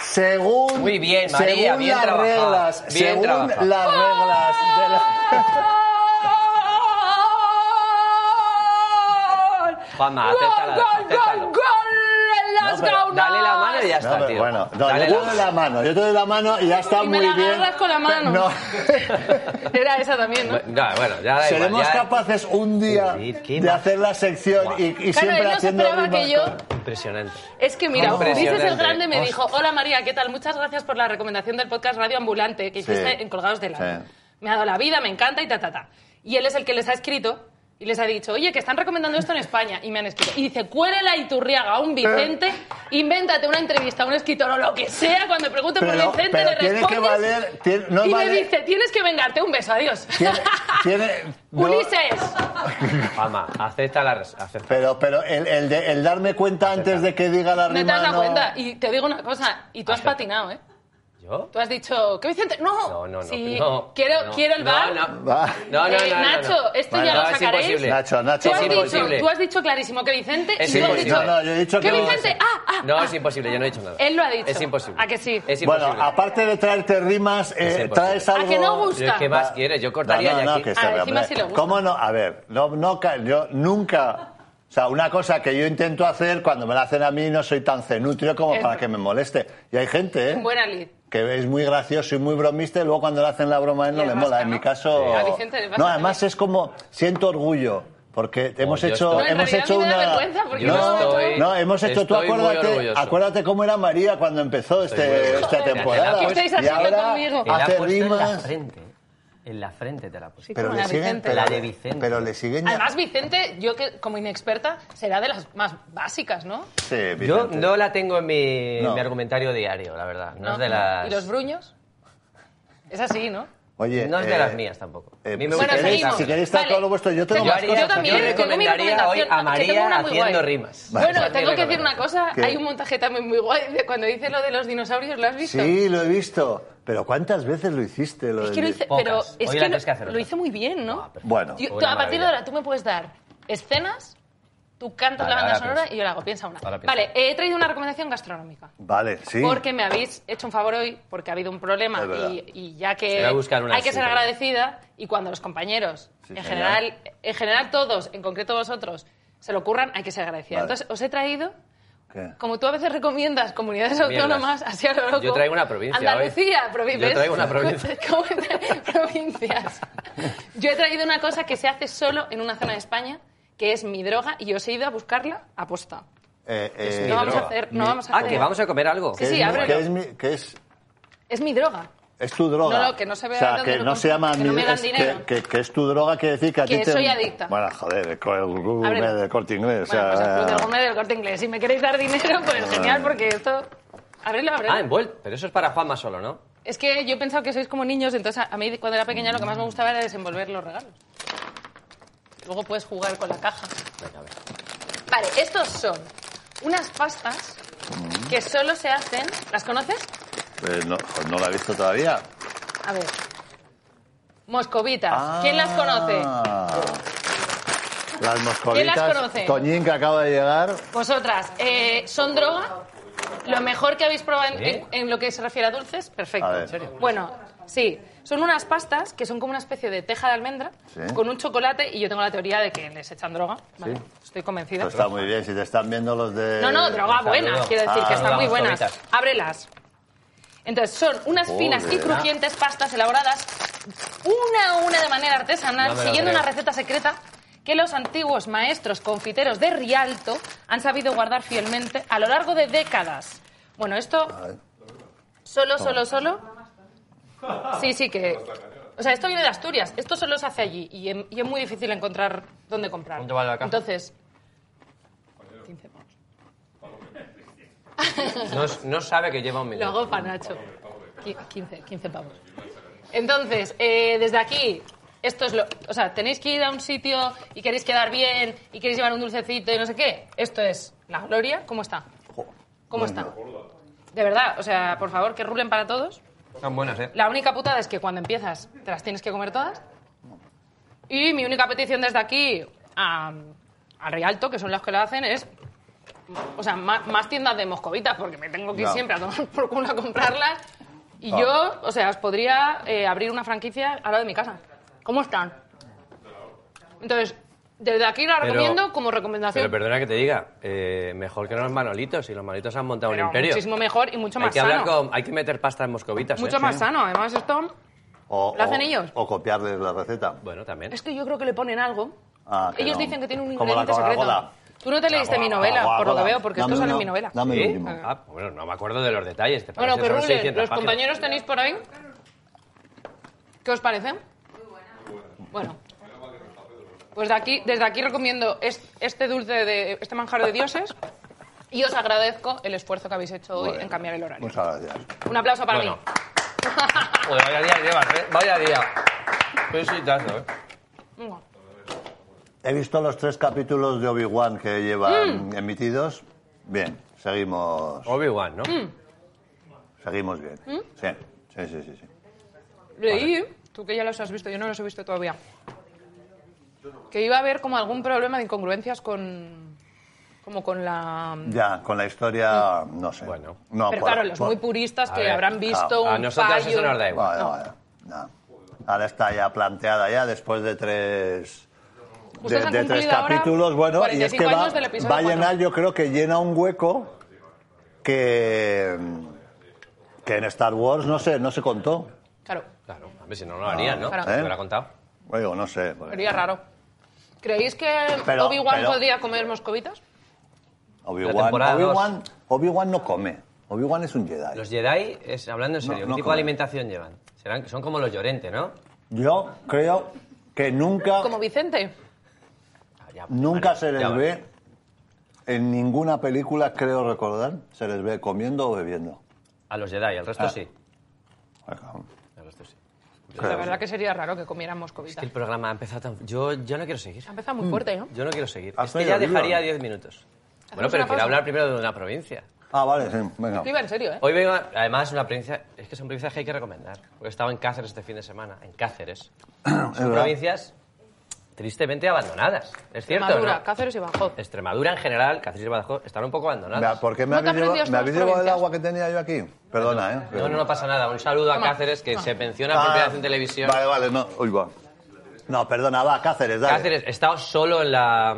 Speaker 2: Según.
Speaker 4: Muy bien, María,
Speaker 2: según
Speaker 4: bien
Speaker 2: las
Speaker 4: trabajado.
Speaker 2: reglas.
Speaker 4: Bien
Speaker 2: según
Speaker 4: trabajado.
Speaker 2: las reglas de la.
Speaker 4: Juanma, acéptala, acéptalo.
Speaker 3: en las
Speaker 4: No, pero
Speaker 3: gaunas.
Speaker 4: dale la mano y ya
Speaker 2: No,
Speaker 4: está,
Speaker 2: pero
Speaker 4: tío.
Speaker 2: bueno, no, yo
Speaker 4: dale la
Speaker 2: te doy
Speaker 4: mano.
Speaker 2: la mano, yo te doy la mano y ya está
Speaker 3: Y me
Speaker 2: muy
Speaker 3: la
Speaker 2: bien.
Speaker 3: agarras con la mano.
Speaker 2: No.
Speaker 3: Era esa también, ¿no?
Speaker 4: No, bueno, ya da igual.
Speaker 2: Seremos
Speaker 4: ya-
Speaker 2: capaces un día
Speaker 4: Joder, qué
Speaker 2: de
Speaker 4: ma-
Speaker 2: hacer la sección y, y
Speaker 3: Claro,
Speaker 2: siempre
Speaker 3: él no se
Speaker 2: haciendo
Speaker 3: esperaba
Speaker 2: rimas
Speaker 3: que yo...
Speaker 2: con-
Speaker 4: Impresionante.
Speaker 3: Es que mira,
Speaker 4: Oh.
Speaker 3: Ulises el
Speaker 4: Impresionante.
Speaker 3: Grande me dijo, hola María, ¿qué tal? Muchas gracias por la recomendación del podcast Radio Ambulante que
Speaker 2: Sí.
Speaker 3: hiciste en Colgados de la...
Speaker 2: Sí.
Speaker 3: Me ha dado la vida, me encanta y ta, ta, ta. Y él es el que les ha escrito Y les ha dicho, oye, que están recomendando esto en España. Y me han escrito. Y dice, cuélele a Iturriaga, a un Vicente, invéntate una entrevista a un escritor o lo que sea. Cuando pregunte por
Speaker 2: Pero-
Speaker 3: Vicente,
Speaker 2: pero
Speaker 3: le
Speaker 2: tiene que
Speaker 3: respondes.
Speaker 2: valer- tiene- no
Speaker 3: y
Speaker 2: vale-
Speaker 3: me dice, tienes que vengarte. Un beso, adiós.
Speaker 2: Tiene- tiene- no-
Speaker 3: Ulises.
Speaker 4: Fama, acepta la res- acepta.
Speaker 2: Pero, pero el, el de- el darme cuenta antes de que diga la
Speaker 3: No
Speaker 2: rima.
Speaker 3: te has dado
Speaker 2: no.
Speaker 3: cuenta. Y te digo una cosa, y tú has
Speaker 4: Acepta.
Speaker 3: patinado, ¿eh?
Speaker 4: ¿Yo?
Speaker 3: Tú has dicho, ¿qué Vicente? No,
Speaker 4: No, no, no.
Speaker 3: Sí,
Speaker 4: no,
Speaker 3: quiero,
Speaker 4: no.
Speaker 3: quiero el
Speaker 4: No,
Speaker 3: bar.
Speaker 4: No, no,
Speaker 2: Va.
Speaker 4: no, no,
Speaker 3: Eh,
Speaker 4: no, no.
Speaker 3: Nacho, esto
Speaker 4: Vale,
Speaker 3: ya lo
Speaker 4: no, es
Speaker 3: sacaréis.
Speaker 4: imposible.
Speaker 2: Nacho, Nacho.
Speaker 3: Tú
Speaker 4: Es
Speaker 3: has, dicho,
Speaker 4: imposible.
Speaker 3: tú has dicho clarísimo que Vicente. y
Speaker 4: Es
Speaker 3: tú has
Speaker 4: imposible.
Speaker 3: dicho,
Speaker 2: No, no, yo he dicho
Speaker 3: ¿Qué
Speaker 2: que no.
Speaker 3: Vicente? Ah, ah.
Speaker 4: No,
Speaker 3: ah.
Speaker 4: es imposible, yo no he dicho nada.
Speaker 3: Él lo ha dicho.
Speaker 4: Es imposible.
Speaker 3: ¿A que sí?
Speaker 4: Es imposible.
Speaker 2: Bueno, aparte de traerte rimas, eh,
Speaker 4: imposible.
Speaker 2: traes
Speaker 3: ¿A
Speaker 2: algo.
Speaker 3: que no gusta?
Speaker 4: Pero es que más quieres, yo cortaría
Speaker 2: no, no,
Speaker 4: ya
Speaker 2: no,
Speaker 4: aquí.
Speaker 2: que
Speaker 3: Ah,
Speaker 2: se
Speaker 3: encima
Speaker 2: hombre.
Speaker 3: sí le gusta.
Speaker 2: ¿Cómo no? A ver, no, no, ca- yo nunca. O sea, una cosa que yo intento hacer cuando me la hacen a mí no soy tan cenutrio como
Speaker 3: Es-
Speaker 2: para que me moleste. Y hay gente, ¿eh?
Speaker 3: Buena lead.
Speaker 2: que es muy gracioso y muy bromista y luego cuando le hacen la broma a él no
Speaker 3: Le
Speaker 2: le,
Speaker 3: rasca,
Speaker 2: mola. En
Speaker 3: ¿no?
Speaker 2: mi caso...
Speaker 3: Sí. A Vicente le pasa Oh,
Speaker 2: no,
Speaker 3: también.
Speaker 2: además es como siento orgullo. Porque hemos
Speaker 4: yo
Speaker 2: hecho,
Speaker 4: estoy- No, en
Speaker 2: hemos
Speaker 3: realidad
Speaker 2: hecho
Speaker 3: a mí me da
Speaker 2: una.
Speaker 3: vergüenza porque
Speaker 2: no,
Speaker 4: yo estoy-
Speaker 2: no, hemos hecho. Tú
Speaker 4: estoy muy
Speaker 2: acuérdate,
Speaker 4: orgulloso.
Speaker 2: acuérdate cómo era María cuando empezó
Speaker 4: muy
Speaker 2: este,
Speaker 4: orgulloso.
Speaker 2: esta
Speaker 4: Joder,
Speaker 2: temporada.
Speaker 4: ¿qué
Speaker 3: estáis
Speaker 2: y
Speaker 3: haciendo
Speaker 2: ahora
Speaker 3: conmigo?
Speaker 4: Te la ha
Speaker 2: hace
Speaker 4: puesto en la
Speaker 2: rimas.
Speaker 4: frente. En la frente te la ha puesto.
Speaker 3: Sí, como la Vicente.
Speaker 2: pero,
Speaker 4: La de Vicente.
Speaker 2: pero le siguen. ya-
Speaker 3: Además, Vicente, yo que como inexperta, será de las más básicas, ¿no?
Speaker 2: Sí,
Speaker 4: Yo
Speaker 2: Vicente.
Speaker 4: no la tengo en mi,
Speaker 2: No.
Speaker 4: mi argumentario diario, la verdad. No,
Speaker 3: ¿No?
Speaker 4: es de las...
Speaker 3: ¿Y los bruños? Es así, ¿no?
Speaker 2: Oye,
Speaker 4: No es de
Speaker 2: eh,
Speaker 4: las mías tampoco.
Speaker 2: eh,
Speaker 4: A mí me
Speaker 2: Si
Speaker 3: bueno,
Speaker 4: gusta
Speaker 2: queréis-
Speaker 3: seguimos.
Speaker 2: si queréis tratar
Speaker 3: Vale.
Speaker 2: lo vuestro, yo tengo
Speaker 3: Yo
Speaker 2: más
Speaker 3: haría-
Speaker 2: cosas
Speaker 3: yo
Speaker 2: que
Speaker 3: también,
Speaker 2: hacer.
Speaker 3: que no mi
Speaker 4: recomendaría hoy a
Speaker 3: recomendación, que tengo
Speaker 4: María
Speaker 3: una muy guay.
Speaker 4: haciendo rimas. Esa
Speaker 3: Bueno,
Speaker 4: es
Speaker 3: tengo
Speaker 4: mi
Speaker 3: que decir una
Speaker 4: recomendación.
Speaker 3: cosa.
Speaker 2: ¿Qué?
Speaker 3: Hay un montaje también muy guay de cuando dice lo de los dinosaurios, ¿lo has visto?
Speaker 2: Sí, lo he visto. Pero ¿cuántas veces lo hiciste? Lo
Speaker 3: Es
Speaker 2: del-
Speaker 3: que lo hice,
Speaker 4: Pocas.
Speaker 3: pero
Speaker 4: Hoy
Speaker 3: es
Speaker 4: la
Speaker 3: que,
Speaker 4: tienes
Speaker 3: lo,
Speaker 4: que hacer
Speaker 3: lo
Speaker 4: otra.
Speaker 3: hice muy bien, ¿no?
Speaker 4: Ah, perfecto.
Speaker 2: Bueno.
Speaker 3: Yo-
Speaker 4: Una
Speaker 3: tú, a partir de
Speaker 4: maravilla.
Speaker 3: ahora tú me puedes dar escenas, tú cantas
Speaker 4: Vale,
Speaker 3: la banda
Speaker 4: ahora
Speaker 3: sonora
Speaker 4: pienso.
Speaker 3: y yo la hago, piensa una.
Speaker 4: Ahora pienso.
Speaker 3: Vale, he traído una recomendación gastronómica.
Speaker 2: Vale, sí.
Speaker 3: Porque me habéis hecho un favor hoy, porque ha habido un problema
Speaker 2: Es verdad.
Speaker 3: y, y ya que
Speaker 4: Se va a buscar una
Speaker 3: hay que ser
Speaker 4: excusa.
Speaker 3: agradecida y cuando los compañeros,
Speaker 2: Sí,
Speaker 3: en
Speaker 2: señor.
Speaker 3: general, en general todos, en concreto vosotros, se lo ocurran, hay que ser agradecida.
Speaker 2: Vale.
Speaker 3: Entonces os he traído,
Speaker 2: ¿Qué?
Speaker 3: como tú a veces recomiendas comunidades
Speaker 4: Mierdas.
Speaker 3: autónomas, así a lo loco.
Speaker 4: Yo traigo una provincia hoy.
Speaker 3: Andalucía, provi-
Speaker 4: Yo
Speaker 3: ¿ves?
Speaker 4: traigo una provincia.
Speaker 3: ¿Cómo tra- provincias? Yo he traído una cosa que se hace solo en una zona de España, que es mi droga y os he ido a buscarla a posta.
Speaker 2: Eh, eh,
Speaker 3: No vamos a
Speaker 4: droga.
Speaker 3: hacer, no vamos a
Speaker 4: Ah,
Speaker 3: hacer.
Speaker 4: que vamos a comer algo.
Speaker 3: Sí, sí.
Speaker 2: ¿Qué es mi-
Speaker 3: ábrelo.
Speaker 2: qué es mi- qué es?
Speaker 3: Es mi droga.
Speaker 2: Es tu droga.
Speaker 3: No, no, que no se vea
Speaker 2: O sea,
Speaker 3: dónde
Speaker 2: que
Speaker 3: lo
Speaker 2: no se
Speaker 3: compro,
Speaker 2: llama
Speaker 3: que no
Speaker 2: mi-
Speaker 3: me dan
Speaker 2: es que-
Speaker 3: dinero.
Speaker 2: Que, que es tu droga, quiere decir que a ti
Speaker 3: Que
Speaker 2: te.
Speaker 3: soy adicta.
Speaker 2: Bueno, joder, el co- el Google
Speaker 3: Ábrelo.
Speaker 2: del corte inglés.
Speaker 3: Bueno,
Speaker 2: o
Speaker 3: pues el
Speaker 2: sea,
Speaker 3: Club de Gourmet del corte inglés. Si me queréis dar dinero, pues genial, porque esto. Ábrelo, ábrelo.
Speaker 4: Ah, envuelto. Pero eso es para Juanma solo, ¿no?
Speaker 3: Es que yo he pensado que sois como niños, entonces a- a mí cuando era pequeña lo que más me gustaba era desenvolver los regalos. Luego puedes jugar con la caja.
Speaker 4: Venga, a ver.
Speaker 3: Vale, estos son unas pastas
Speaker 2: Mm.
Speaker 3: que solo se hacen. ¿Las conoces?
Speaker 2: pues no, pues no la he visto todavía.
Speaker 3: A ver. Moscovitas.
Speaker 2: Ah.
Speaker 3: ¿Quién las conoce?
Speaker 2: Las moscovitas.
Speaker 3: ¿Quién las conoce?
Speaker 2: Toñín, que acaba de llegar.
Speaker 3: Vosotras, eh, ¿son droga? Lo mejor que habéis probado en,
Speaker 4: ¿Eh?
Speaker 3: en- en lo que se refiere a dulces, perfecto.
Speaker 2: A ver. ¿En serio?
Speaker 3: Bueno, sí. Son unas pastas que son como una especie de teja de almendra
Speaker 2: Sí.
Speaker 3: con un chocolate y yo tengo la teoría de que les echan droga. Vale, Estoy convencida.
Speaker 2: Pues está muy bien, si te están viendo los de.
Speaker 3: No, no, droga
Speaker 4: saludo.
Speaker 3: buenas, quiero decir
Speaker 2: Ah,
Speaker 3: que están
Speaker 4: saludo,
Speaker 3: muy buenas.
Speaker 4: Tomitas.
Speaker 3: Ábrelas. Entonces, son unas finas y
Speaker 2: Joder.
Speaker 3: crujientes pastas elaboradas una a una de manera artesanal,
Speaker 4: No me lo
Speaker 3: siguiendo
Speaker 4: creo.
Speaker 3: una receta secreta que los antiguos maestros confiteros de Rialto han sabido guardar fielmente a lo largo de décadas. Bueno, esto
Speaker 2: ver.
Speaker 3: solo, solo, solo. Sí, sí que. O sea, esto viene de Asturias. Esto solo se hace allí y, em- y es muy difícil encontrar dónde comprar.
Speaker 4: ¿Cuánto vale la caja?
Speaker 3: Entonces, 15 pavos.
Speaker 4: No, no sabe que lleva un
Speaker 3: Lo
Speaker 4: minuto.
Speaker 3: hago panacho. Qui- 15, 15 pavos. Entonces, eh, desde aquí, esto es lo... O sea, tenéis que ir a un sitio y queréis quedar bien y queréis llevar un dulcecito y no sé qué. Esto es la gloria. ¿Cómo está? ¿Cómo está? De verdad, o sea, por favor, que rulen para todos.
Speaker 4: Están buenas, ¿eh?
Speaker 3: La única putada es que cuando empiezas te las tienes que comer todas. Y mi única petición desde aquí a, a Rialto, que son los que lo hacen, es. O sea, más, más tiendas de moscovitas, porque me tengo que ir
Speaker 2: Ya.
Speaker 3: siempre a tomar por culo a comprarlas. Y
Speaker 2: Ah.
Speaker 3: yo, o sea, os podría eh, abrir una franquicia al lado de mi casa. ¿Cómo están? Entonces, desde aquí la
Speaker 4: Pero-
Speaker 3: recomiendo como recomendación.
Speaker 4: Pero perdona que te diga, eh, mejor que los manolitos, y los manolitos han montado
Speaker 3: pero
Speaker 4: un imperio.
Speaker 3: muchísimo mejor y mucho
Speaker 4: hay
Speaker 3: más
Speaker 4: que
Speaker 3: sano.
Speaker 4: hablar con, hay que meter pasta en moscovitas.
Speaker 3: Mucho
Speaker 4: ¿eh?
Speaker 3: más sano. Además, esto
Speaker 2: O,
Speaker 3: ¿Lo hacen
Speaker 2: o-
Speaker 3: ellos?
Speaker 2: O copiarles la receta.
Speaker 4: Bueno, también.
Speaker 3: Es que yo creo que le ponen algo.
Speaker 2: Ah, que
Speaker 3: Ellos
Speaker 2: no.
Speaker 3: dicen que tiene un
Speaker 2: Como la
Speaker 3: ingrediente secreto.
Speaker 2: Coca-Cola.
Speaker 3: Tú no te leíste mi novela, por lo que veo, porque esto sale en mi novela.
Speaker 2: Dame
Speaker 4: ¿Sí?
Speaker 2: el último.
Speaker 4: Ah, bueno, no me acuerdo de los detalles. ¿te
Speaker 3: Bueno,
Speaker 4: parece?
Speaker 3: que
Speaker 4: Son
Speaker 3: rulen.
Speaker 4: 600
Speaker 3: Los
Speaker 4: páginas.
Speaker 3: compañeros tenéis por ahí. ¿Qué os parece? Muy buena. Bueno. Pues de aquí, desde aquí recomiendo es- este dulce de este manjar de dioses y os agradezco el esfuerzo que habéis hecho hoy
Speaker 2: Muy bien.
Speaker 3: en cambiar el horario.
Speaker 2: Muchas gracias.
Speaker 3: Un aplauso para
Speaker 4: Bueno.
Speaker 3: mí.
Speaker 4: Joder, vaya día llevas, ¿eh? Vaya día. Soy suitazo, ¿eh?
Speaker 3: Venga.
Speaker 2: He visto los tres capítulos de Obi-Wan que llevan
Speaker 3: Mm.
Speaker 2: emitidos. Bien, seguimos,
Speaker 4: Obi-Wan, ¿no?
Speaker 3: Mm.
Speaker 2: seguimos bien. Sí, sí, sí, sí, sí.
Speaker 3: Leí, tú que ya los has visto, yo no los he visto todavía, que iba a haber como algún problema de incongruencias con... como con la...
Speaker 2: Ya, con la historia, no sé.
Speaker 4: Bueno.
Speaker 2: no,
Speaker 3: Mm. Pero
Speaker 2: por-
Speaker 3: claro, los
Speaker 2: por-
Speaker 3: muy puristas
Speaker 4: A
Speaker 3: que
Speaker 4: ver,
Speaker 3: habrán visto
Speaker 4: A
Speaker 3: un
Speaker 4: nosotros
Speaker 3: fallo-
Speaker 4: eso nos da igual.
Speaker 2: Vale, vale, nada. Ahora está ya planteada ya después de tres.
Speaker 3: Justo se han
Speaker 2: tres
Speaker 3: cumplido ahora
Speaker 2: capítulos, bueno, y es que
Speaker 3: 45
Speaker 2: va,
Speaker 3: años del episodio
Speaker 2: va a
Speaker 3: cuatro.
Speaker 2: llenar, yo creo que llena un hueco que, que en Star Wars no se, no se contó.
Speaker 3: Claro,
Speaker 4: Claro, a ver si no, no lo
Speaker 2: Ah,
Speaker 4: harían, ¿no?
Speaker 3: Claro.
Speaker 2: ¿Eh?
Speaker 4: Si me lo ha contado.
Speaker 2: Oigo, no sé. pues, porque-
Speaker 3: sería raro. ¿Creéis que
Speaker 2: Pero-
Speaker 3: Obi-Wan
Speaker 2: pero-
Speaker 3: podría comer moscovitas?
Speaker 4: La
Speaker 2: Obi-Wan
Speaker 4: temporada dos.
Speaker 2: Obi-Wan- Obi-Wan no come. Obi-Wan es un Jedi.
Speaker 4: Los Jedi, es, hablando en
Speaker 2: No,
Speaker 4: serio, ¿qué
Speaker 2: no
Speaker 4: tipo
Speaker 2: comen.
Speaker 4: de alimentación llevan? Serán, son como los Llorente, ¿no?
Speaker 2: Yo creo que nunca,
Speaker 3: ¿Como Vicente?
Speaker 4: Ah, ya,
Speaker 2: nunca
Speaker 4: vale,
Speaker 2: se
Speaker 4: ya,
Speaker 2: les
Speaker 4: vale.
Speaker 2: ve en ninguna película, creo recordar, se les ve comiendo o bebiendo.
Speaker 4: A los Jedi, al resto
Speaker 2: Ah.
Speaker 4: sí. Al resto sí.
Speaker 3: Pues la verdad que sería raro que comieran
Speaker 4: Es que Mm.
Speaker 3: moscovitas.
Speaker 4: el programa ha empezado tan... Yo ya no quiero seguir.
Speaker 3: Ha empezado muy fuerte, ¿eh? ¿no?
Speaker 4: Yo no quiero seguir.
Speaker 2: Has
Speaker 4: Es que ya
Speaker 2: traído
Speaker 4: dejaría
Speaker 2: libro.
Speaker 4: 10 minutos. Bueno,
Speaker 3: ¿Hacemos
Speaker 4: pero
Speaker 3: una
Speaker 4: quiero
Speaker 3: pausa?
Speaker 4: hablar primero de una provincia.
Speaker 2: Ah, vale, sí, venga.
Speaker 3: Iba en serio, ¿eh?
Speaker 4: Hoy vengo, a- además, una provincia... Es que son provincias que hay que recomendar. Porque estaba en Cáceres este fin de semana. En Cáceres.
Speaker 2: Es
Speaker 4: Son
Speaker 2: verdad.
Speaker 4: provincias tristemente abandonadas. ¿Es cierto o no?
Speaker 3: Madura, Cáceres y Badajoz.
Speaker 4: Extremadura en general, Cáceres y Badajoz, están un poco
Speaker 2: Mira,
Speaker 4: abandonadas.
Speaker 2: ¿Por qué me
Speaker 3: ¿No te
Speaker 2: habéis llevado,
Speaker 3: aprecias
Speaker 2: me habéis
Speaker 3: las
Speaker 2: llevado el
Speaker 3: provincias?
Speaker 2: agua que tenía yo aquí? Perdona, ¿eh?
Speaker 4: No, no, no pasa nada. Un saludo a
Speaker 3: Toma.
Speaker 4: Cáceres que se menciona
Speaker 2: Ah,
Speaker 4: por primera vez en televisión.
Speaker 2: Vale, vale, no. Uy, va. No, perdona, va, Cáceres, dale.
Speaker 4: Cáceres, he estado solo en la,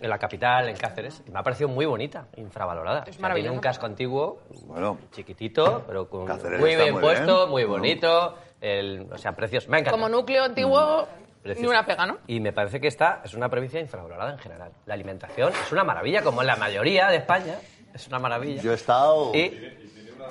Speaker 4: en la capital, en Cáceres, y me ha parecido muy bonita, infravalorada. O sea,
Speaker 3: maravilloso.
Speaker 4: tiene un casco antiguo,
Speaker 2: Bueno,
Speaker 4: chiquitito, pero con
Speaker 2: Cáceres
Speaker 4: muy
Speaker 2: está
Speaker 4: bien
Speaker 2: muy
Speaker 4: puesto,
Speaker 2: bien.
Speaker 4: muy
Speaker 2: Mm.
Speaker 4: bonito. el- o sea, precioso. Me ha encantado.
Speaker 3: Como núcleo antiguo, ni
Speaker 4: Mm. Precioso.
Speaker 3: una pega, ¿no?
Speaker 4: Y me parece que esta es una provincia infravalorada en general. La alimentación es una maravilla, como en la mayoría de España. Es una maravilla.
Speaker 2: yo he estado...
Speaker 4: Y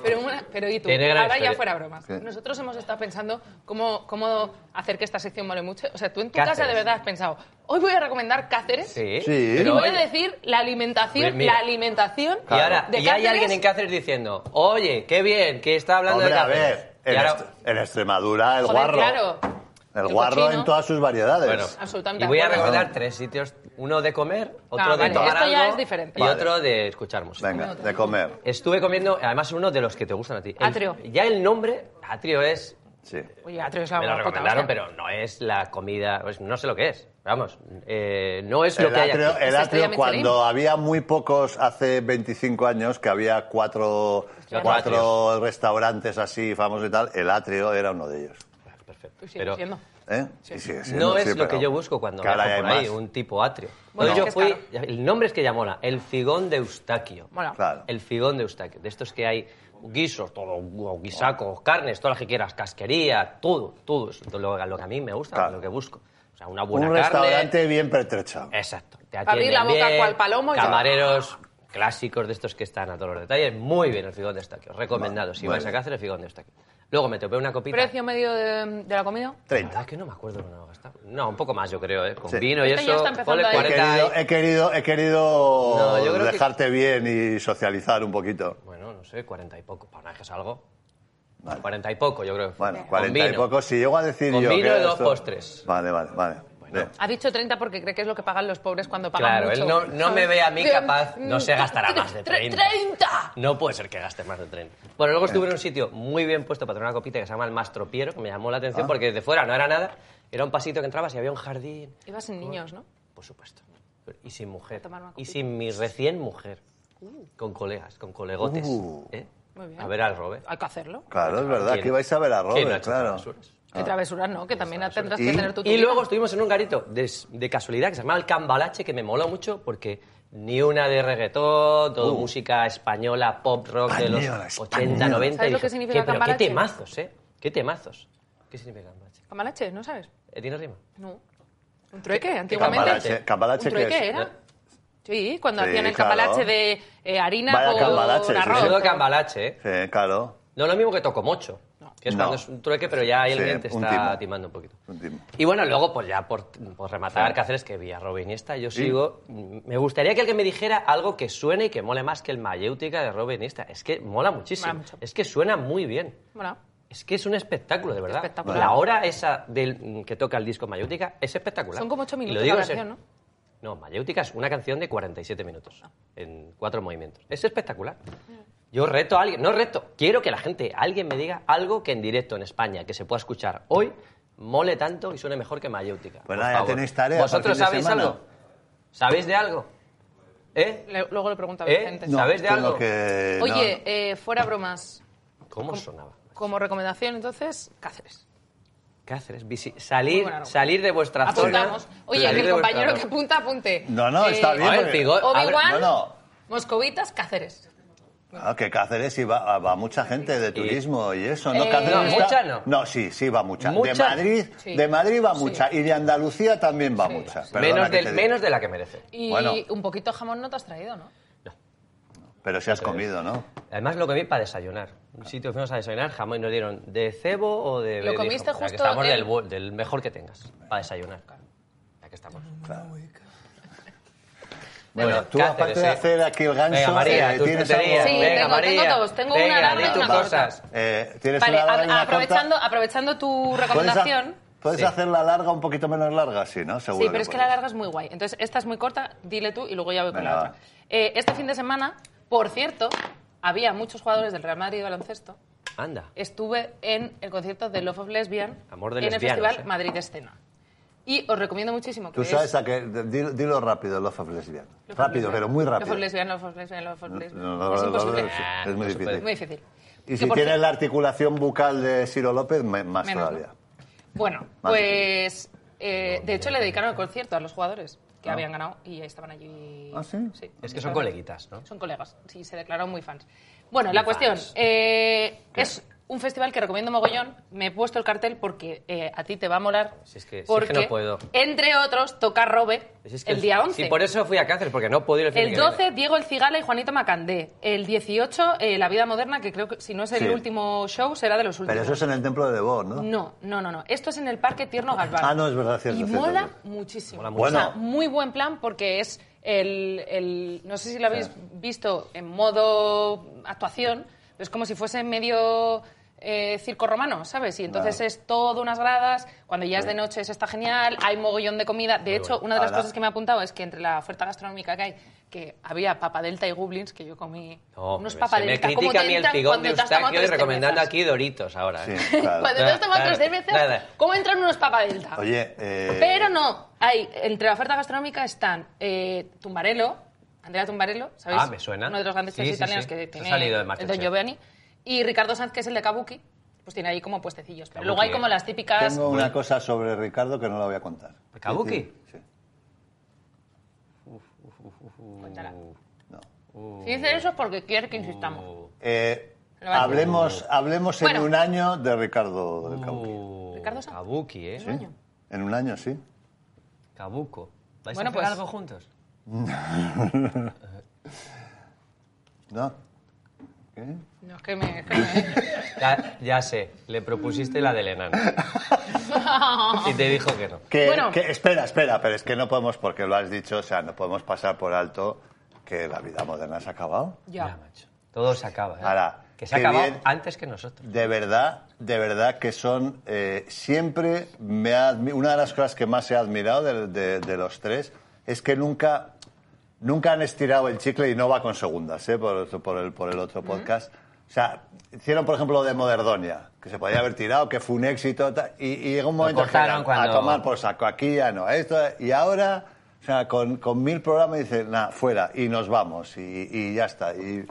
Speaker 3: Pero, una- pero y tú,
Speaker 4: Tiene gran
Speaker 3: ahora ya
Speaker 4: historia.
Speaker 3: fuera bromas.
Speaker 2: ¿Qué?
Speaker 3: Nosotros hemos estado pensando cómo, cómo hacer que esta sección mole mucho. O sea, tú en tu
Speaker 4: Cáceres.
Speaker 3: casa de verdad has pensado, hoy voy a recomendar Cáceres
Speaker 4: sí,
Speaker 2: Sí.
Speaker 3: y
Speaker 4: pero
Speaker 3: voy a
Speaker 4: oye,
Speaker 3: decir la alimentación,
Speaker 4: Pues mira.
Speaker 3: la alimentación
Speaker 4: Y ahora,
Speaker 3: de
Speaker 4: y hay
Speaker 3: Cáceres.
Speaker 4: alguien en Cáceres diciendo, oye, qué bien, que está hablando
Speaker 2: Hombre,
Speaker 4: de
Speaker 2: a
Speaker 4: Cáceres.
Speaker 2: ver,
Speaker 4: Y
Speaker 2: en,
Speaker 4: ahora-
Speaker 2: Est- en Extremadura el
Speaker 3: Joder,
Speaker 2: guarro...
Speaker 3: claro.
Speaker 2: El,
Speaker 3: El
Speaker 2: guarro
Speaker 3: cochino.
Speaker 2: en todas sus variedades.
Speaker 4: bueno,
Speaker 3: Absolutamente
Speaker 4: y voy a
Speaker 3: de acuerdo.
Speaker 2: Ah.
Speaker 4: recomendar tres sitios, uno de comer, otro
Speaker 3: Ah,
Speaker 4: de
Speaker 3: vale,
Speaker 4: tomar
Speaker 3: esto ya
Speaker 4: algo
Speaker 3: es diferente.
Speaker 4: y
Speaker 2: Vale.
Speaker 4: otro de escuchar música.
Speaker 2: Venga, de comer.
Speaker 4: Estuve comiendo, además uno de los que te gustan a ti. El-
Speaker 3: Atrio.
Speaker 4: Ya el nombre, Atrio es...
Speaker 2: Sí.
Speaker 3: Oye, Atrio es la
Speaker 4: Me lo
Speaker 3: puta
Speaker 4: recomendaron,
Speaker 3: hostia.
Speaker 4: pero no es la comida, pues no sé lo que es. Vamos, eh, no es lo
Speaker 2: el
Speaker 4: que hay
Speaker 2: atrio,
Speaker 4: aquí.
Speaker 2: el
Speaker 3: Esa
Speaker 2: atrio,
Speaker 3: estrella
Speaker 2: cuando había muy pocos hace 25 años, que había cuatro,
Speaker 4: Claro.
Speaker 2: cuatro restaurantes así famosos y tal, el atrio era uno de ellos.
Speaker 4: Perfecto.
Speaker 3: Tú sigue
Speaker 4: Pero
Speaker 3: siendo.
Speaker 2: ¿Eh? Sí, sí, sí,
Speaker 4: no
Speaker 2: sí,
Speaker 4: es lo
Speaker 2: pero
Speaker 4: que yo busco cuando
Speaker 2: que ahora
Speaker 4: viajo por
Speaker 2: hay
Speaker 4: ahí,
Speaker 2: más.
Speaker 4: un tipo atrio.
Speaker 3: Bueno,
Speaker 4: Entonces
Speaker 3: es que es
Speaker 4: yo fui, el nombre es que ya mola, el figón de Eustaquio.
Speaker 3: Mola.
Speaker 2: Claro.
Speaker 4: El figón de Eustaquio, de estos que hay guisos, todo, guisacos, carnes, todo lo que quieras, casquería, todo, todo, eso, lo, lo que a mí me gusta,
Speaker 2: Claro.
Speaker 4: lo que busco. O sea, una
Speaker 2: Un
Speaker 4: buena carne. Eh,
Speaker 2: restaurante bien pertrechado.
Speaker 4: Exacto. Te
Speaker 3: Abrir la
Speaker 4: atienden
Speaker 3: boca
Speaker 4: bien,
Speaker 3: cual palomo y ya.
Speaker 4: Camareros clásicos de estos que están a todos los detalles. Muy bien el figón de Eustaquio. Recomendado.
Speaker 2: Va-
Speaker 4: si
Speaker 2: vale.
Speaker 4: vais a Cáceres, el figón de Eustaquio. Luego me topé una copita.
Speaker 3: ¿Precio medio de, de la comida?
Speaker 4: La
Speaker 2: 30.
Speaker 4: verdad es que no me acuerdo lo que me gastado. No, un poco más, yo creo, ¿eh? Con
Speaker 2: Sí.
Speaker 4: vino y
Speaker 3: Este ya
Speaker 4: eso.
Speaker 3: está empezando
Speaker 4: ponle
Speaker 3: a-
Speaker 2: He
Speaker 4: 40
Speaker 2: querido, eh.
Speaker 4: y-
Speaker 2: he querido, he querido
Speaker 4: No, yo creo que-
Speaker 2: dejarte bien y socializar un poquito.
Speaker 4: Bueno, no sé, 40 y poco. Para nada que es algo.
Speaker 2: Vale.
Speaker 4: 40 y poco, yo creo.
Speaker 2: Bueno,
Speaker 4: Con
Speaker 2: 40 y
Speaker 4: vino.
Speaker 2: poco, si llego a decir
Speaker 4: Con
Speaker 2: yo...
Speaker 4: vino
Speaker 2: que
Speaker 4: y dos
Speaker 2: esto-
Speaker 4: postres.
Speaker 2: Vale, vale, vale. Bien.
Speaker 3: Ha dicho 30 porque cree que es lo que pagan los pobres cuando pagan
Speaker 4: Claro,
Speaker 3: mucho.
Speaker 4: él no, no me ve a mí capaz, no se gastará más de
Speaker 3: Tre-
Speaker 4: 30.
Speaker 3: ¡30!
Speaker 4: No puede ser que gaste más de 30. Bueno, luego estuve en un sitio muy bien puesto para tomar una copita que se llama el Mastropiero, que me llamó la
Speaker 2: Ah.
Speaker 4: atención porque desde fuera no era nada. Era un pasito que entrabas y había un jardín.
Speaker 3: Ibas sin niños, ¿no?
Speaker 4: Por supuesto. Y sin mujer.
Speaker 3: tomar una
Speaker 4: Y
Speaker 3: copita. Uh.
Speaker 4: sin mi recién mujer. Con colegas, con colegotes.
Speaker 2: Uh.
Speaker 4: ¿eh?
Speaker 3: Muy bien.
Speaker 4: A ver al Robert.
Speaker 3: Hay que hacerlo.
Speaker 2: Claro, es verdad,
Speaker 4: ¿Quién?
Speaker 2: que vais a ver a
Speaker 4: ¿Quién no ha
Speaker 2: Robert,
Speaker 4: hecho
Speaker 2: claro.
Speaker 4: travesuras?
Speaker 3: Que travesuras no, que también tendrás que
Speaker 2: Ah, ¿Y?
Speaker 3: tener tu
Speaker 4: Y
Speaker 3: tupida.
Speaker 4: luego estuvimos en un garito de, de casualidad que se llamaba El Cambalache, que me moló mucho porque ni una de reggaetón, todo
Speaker 2: Uh.
Speaker 4: música española, pop rock de
Speaker 2: Española,
Speaker 4: los
Speaker 2: española.
Speaker 4: 80, 90.
Speaker 3: ¿Sabes lo
Speaker 4: y
Speaker 3: que
Speaker 4: dije,
Speaker 3: significa
Speaker 4: "¿Qué- pero
Speaker 3: cambalache?
Speaker 4: Qué temazos, ¿eh? Qué temazos. ¿Qué significa cambalache?
Speaker 3: Camalache, ¿no sabes?
Speaker 4: ¿Eh, ¿Tiene rima?
Speaker 3: No. ¿Un trueque?
Speaker 4: cambalache?
Speaker 3: Antiguamente.
Speaker 2: Cambalache, cambalache
Speaker 3: ¿Un
Speaker 2: que
Speaker 3: trueque
Speaker 2: es... eh.
Speaker 3: era? Sí, cuando
Speaker 2: Sí,
Speaker 3: hacían el
Speaker 2: claro.
Speaker 3: cambalache de eh, harina
Speaker 2: Vaya
Speaker 3: con
Speaker 2: cambalache, sí,
Speaker 3: arroz.
Speaker 2: sí.
Speaker 4: Menudo cambalache, ¿eh?
Speaker 2: Sí, claro.
Speaker 4: No es lo mismo que toco mocho, que es
Speaker 2: No.
Speaker 4: cuando es un trueque, pero ya ahí el
Speaker 2: Sí,
Speaker 4: cliente
Speaker 2: un
Speaker 4: está
Speaker 2: timo.
Speaker 4: timando un poquito.
Speaker 2: Un timo.
Speaker 4: Y bueno, luego, pues ya por, por rematar,
Speaker 2: Sí.
Speaker 4: Cáceres, que vía Robin Iniesta, yo sigo. mm, Me gustaría que alguien me dijera algo que suene y que mole más que el Mayéutica de Robin Iniesta. Es que mola muchísimo.
Speaker 3: Mola mucho.
Speaker 4: Es que suena muy bien.
Speaker 3: Bueno,
Speaker 4: Es que es un espectáculo, de verdad.
Speaker 3: Espectacular.
Speaker 4: La hora esa del, mm, que toca el disco Mayéutica es espectacular.
Speaker 3: son como ocho
Speaker 4: Y lo
Speaker 3: minutos
Speaker 4: digo
Speaker 3: la
Speaker 4: en serio.
Speaker 3: canción, ¿no?
Speaker 4: No, Mayéutica es una canción de 47 minutos, en cuatro movimientos. Es espectacular. Yo reto a alguien, no reto, quiero que la gente, alguien me diga algo que en directo en España, que se pueda escuchar hoy, mole tanto y suene mejor que Mayéutica.
Speaker 2: Pues
Speaker 4: por
Speaker 2: nada, ya
Speaker 4: favor.
Speaker 2: tenéis tarea para el
Speaker 4: ¿Vosotros
Speaker 2: fin de
Speaker 4: sabéis
Speaker 2: semana.
Speaker 4: algo? ¿Sabéis de algo? ¿Eh?
Speaker 3: Le- luego le pregunto a
Speaker 4: ¿Eh?
Speaker 3: Vicente.
Speaker 4: No. ¿Sabes de
Speaker 2: tengo
Speaker 4: algo?
Speaker 2: que-
Speaker 3: Oye, eh, fuera bromas,
Speaker 4: ¿Cómo sonaba?
Speaker 3: como recomendación entonces, Cáceres.
Speaker 4: Cáceres, visi-
Speaker 3: Muy
Speaker 4: salir,
Speaker 3: buena ropa.
Speaker 4: salir de
Speaker 2: Ah,
Speaker 4: vuestra zona.
Speaker 3: Apuntamos. Oye,
Speaker 4: salir
Speaker 3: que el
Speaker 4: de vuestra
Speaker 3: compañero
Speaker 4: zona.
Speaker 3: que apunta, apunte. Eh,
Speaker 2: No, no, está
Speaker 4: A
Speaker 2: bien.
Speaker 4: ver,
Speaker 2: porque-
Speaker 4: Figo- a ver,
Speaker 3: Obi-Wan,
Speaker 2: no, no.
Speaker 3: Moscovitas, Cáceres.
Speaker 2: Ah, que Cáceres sí va, va mucha gente de turismo y eso, ¿no?
Speaker 3: Eh,
Speaker 2: Cáceres
Speaker 3: no,
Speaker 2: está-
Speaker 4: mucha no.
Speaker 2: sí, sí va mucha. De
Speaker 4: ¿Mucha?
Speaker 2: Madrid,
Speaker 3: Sí.
Speaker 2: de Madrid va mucha y de Andalucía también va mucha. Perdona
Speaker 4: Menos,
Speaker 2: que
Speaker 4: del-
Speaker 2: te diga.
Speaker 4: menos de la que merece.
Speaker 3: Y
Speaker 2: Bueno.
Speaker 3: un poquito de jamón no te has traído, ¿no?
Speaker 2: Pero si has comido, ¿no?
Speaker 4: Además lo comí para desayunar. Un sitio que fuimos a desayunar, jamón y nos dieron de cebo o de...
Speaker 3: Lo
Speaker 4: de
Speaker 3: comiste
Speaker 4: jamón. O sea, que
Speaker 3: justo
Speaker 4: estamos
Speaker 3: en-
Speaker 4: del, bu- del mejor que tengas para desayunar. Ya que estamos.
Speaker 2: Bueno,
Speaker 4: Bueno,
Speaker 2: tú
Speaker 4: Cáceres,
Speaker 2: aparte de
Speaker 4: eh.
Speaker 2: hacer aquí el ganso,
Speaker 4: Venga, María,
Speaker 2: eh,
Speaker 4: tus
Speaker 2: tienes
Speaker 4: tonterías.
Speaker 2: algo.
Speaker 3: Sí,
Speaker 4: venga,
Speaker 3: tengo-
Speaker 4: María.
Speaker 3: tengo dos, tengo
Speaker 4: venga,
Speaker 3: una
Speaker 4: di
Speaker 3: larga y
Speaker 4: tus
Speaker 3: una corta.
Speaker 4: cosas.
Speaker 2: Eh, ¿Tienes
Speaker 3: Vale,
Speaker 2: una
Speaker 3: a-
Speaker 2: larga y una
Speaker 3: aprovechando,
Speaker 2: corta?
Speaker 3: aprovechando tu
Speaker 2: ¿Puedes ha-
Speaker 3: recomendación.
Speaker 2: ¿Puedes
Speaker 4: Sí.
Speaker 2: hacer la larga un poquito menos larga? Sí, ¿no? Seguro
Speaker 3: Sí, pero es que
Speaker 2: puedes.
Speaker 3: la larga es muy guay. Entonces, esta es muy corta, dile tú y luego ya voy con
Speaker 2: Venga,
Speaker 3: la otra.
Speaker 2: va.
Speaker 3: Eh, este fin de semana, por cierto, había muchos jugadores del Real Madrid de baloncesto.
Speaker 4: Anda.
Speaker 3: Estuve en el concierto de Love of Lesbian
Speaker 4: Amor de
Speaker 3: en el
Speaker 4: lesbianos,
Speaker 3: Festival
Speaker 4: eh.
Speaker 3: Madrid Escena. Y os recomiendo muchísimo que
Speaker 2: Tú
Speaker 3: veáis-
Speaker 2: sabes a que... Dilo, dilo rápido, Love of Lesbian.
Speaker 3: Love of
Speaker 2: Rápido,
Speaker 3: Lesbian.
Speaker 2: pero muy rápido.
Speaker 3: Love of Lesbian, Love of Lesbian, Love of Lesbian.
Speaker 2: No, no,
Speaker 3: es
Speaker 2: no, no,
Speaker 3: imposible.
Speaker 2: no, es- es muy
Speaker 4: No se puede.
Speaker 2: difícil.
Speaker 3: Muy difícil.
Speaker 2: Y
Speaker 3: Que
Speaker 2: si
Speaker 3: por
Speaker 2: tienes
Speaker 3: cierto-
Speaker 2: la articulación bucal de Ciro López, me- más
Speaker 3: Menos,
Speaker 2: todavía.
Speaker 3: Bueno,
Speaker 2: Más
Speaker 3: pues eh, de hecho le dedicaron el concierto a los jugadores que
Speaker 2: Ah.
Speaker 3: habían ganado y estaban allí.
Speaker 2: Ah, ¿sí?
Speaker 4: Es que son coleguitas, ¿no?
Speaker 3: Son colegas, sí, se declararon muy fans. Bueno, la
Speaker 4: Muy
Speaker 3: cuestión
Speaker 4: fans.
Speaker 3: eh, es un festival que recomiendo mogollón. Me he puesto el cartel porque eh, a ti te va a molar.
Speaker 4: Si es que- si es que
Speaker 3: porque,
Speaker 4: no puedo.
Speaker 3: entre otros, toca Robe
Speaker 4: Si es que
Speaker 3: el día 11.
Speaker 4: Sí, por eso fui a Cáceres, porque no pude ir el fin
Speaker 3: El
Speaker 4: de que viene.
Speaker 3: 12, Diego El Cigala y Juanito Macandé. El 18, eh, La Vida Moderna, que creo que si no es el
Speaker 2: Sí.
Speaker 3: último show, será de los últimos.
Speaker 2: Pero eso es en el templo de Debord, ¿no?
Speaker 3: No, no, no, no. Esto es en el Parque Tierno Galván.
Speaker 2: Ah, no, es verdad, cierto,
Speaker 3: Y
Speaker 2: cierto,
Speaker 3: mola
Speaker 2: cierto.
Speaker 3: muchísimo.
Speaker 4: Mola
Speaker 2: mucho.
Speaker 3: O sea,
Speaker 2: Bueno.
Speaker 3: muy buen plan porque es el, el- no sé si lo habéis
Speaker 2: Sí.
Speaker 3: visto en modo actuación, pero es como si fuese medio eh, circo romano, ¿sabes? Y entonces
Speaker 2: Claro.
Speaker 3: es todo unas gradas, cuando ya es de noche eso está genial, hay mogollón de comida. De hecho, una de las
Speaker 2: Ahora-
Speaker 3: cosas que me ha apuntado es que entre la oferta gastronómica que hay, que había papadelta y goblins, que yo comí
Speaker 4: No,
Speaker 3: unos
Speaker 4: se me
Speaker 3: papadelta. ¿Cómo
Speaker 4: critica a
Speaker 3: te
Speaker 4: mí el
Speaker 3: entran
Speaker 4: figón de
Speaker 3: cuando te has tomado
Speaker 4: Eustaquio y
Speaker 3: tres
Speaker 4: recomendando
Speaker 3: cervezas?
Speaker 4: aquí Doritos ahora. ¿eh?
Speaker 2: Sí, claro.
Speaker 3: Cuando te has tomado
Speaker 4: Nada,
Speaker 3: tres cervezas,
Speaker 4: nada.
Speaker 3: ¿cómo entran unos papadelta?
Speaker 2: Oye, eh,
Speaker 3: Pero no, hay, entre la oferta gastronómica están eh, Tumbarello, Andrea Tumbarello, ¿sabéis?
Speaker 4: Ah, me suena.
Speaker 3: Uno de los grandes
Speaker 4: Sí,
Speaker 3: chefs
Speaker 4: sí,
Speaker 3: italianos
Speaker 4: sí.
Speaker 3: que
Speaker 4: Eso
Speaker 3: tiene
Speaker 4: ha salido de
Speaker 3: el
Speaker 4: Masterchef.
Speaker 3: Don Giovanni. Y Ricardo Sanz, que es el de Kabuki, pues tiene ahí como puestecillos. Pero luego hay
Speaker 4: Kabuki,
Speaker 3: como
Speaker 4: eh.
Speaker 3: las típicas...
Speaker 2: tengo una cosa sobre Ricardo que no la voy a contar.
Speaker 4: ¿Kabuki?
Speaker 2: Sí, sí.
Speaker 3: Cuéntala.
Speaker 2: No.
Speaker 3: Si dice eso es porque quiere que
Speaker 4: Uh.
Speaker 3: insistamos.
Speaker 2: Eh,
Speaker 3: Lo va a-
Speaker 2: hablemos hablemos en
Speaker 3: Bueno.
Speaker 2: un año de Ricardo del Kabuki.
Speaker 4: Uh,
Speaker 3: Ricardo Sanz.
Speaker 4: Kabuki, ¿eh?
Speaker 3: año.
Speaker 2: En un año, sí.
Speaker 4: Kabuco. ¿Vais
Speaker 3: Bueno,
Speaker 4: a hacer
Speaker 3: pues-
Speaker 4: algo juntos?
Speaker 2: ¿No? ¿Qué?
Speaker 3: No, es que me... es que me-
Speaker 4: Ya, ya sé, le propusiste la del enano. y te dijo que no.
Speaker 2: Que-
Speaker 3: Bueno.
Speaker 2: que- espera, espera, pero es que no podemos, porque lo has dicho, o sea, no podemos pasar por alto que la vida moderna se ha acabado.
Speaker 4: Ya,
Speaker 3: ya.
Speaker 4: macho. Todo se acaba. ¿eh?
Speaker 2: Ahora,
Speaker 4: que se ha
Speaker 2: qué
Speaker 4: acabado
Speaker 2: bien.
Speaker 4: antes que nosotros.
Speaker 2: De verdad, de verdad que son. eh, siempre me ha admi- Una de las cosas que más he admirado de, de- de los tres es que nunca. Nunca han estirado el chicle y no va con segundas, ¿eh? por, por el, por el otro podcast. O sea, hicieron, por ejemplo, lo de Moderdonia, que se podía haber tirado, que fue un éxito, ta- y, y llegó un momento que
Speaker 4: cortaron
Speaker 2: era,
Speaker 4: cuando-
Speaker 2: pues a tomar por saco, aquí ya no, esto, y ahora, o sea, con, con mil programas dicen, nada, fuera, y nos vamos, y, y ya está. Y,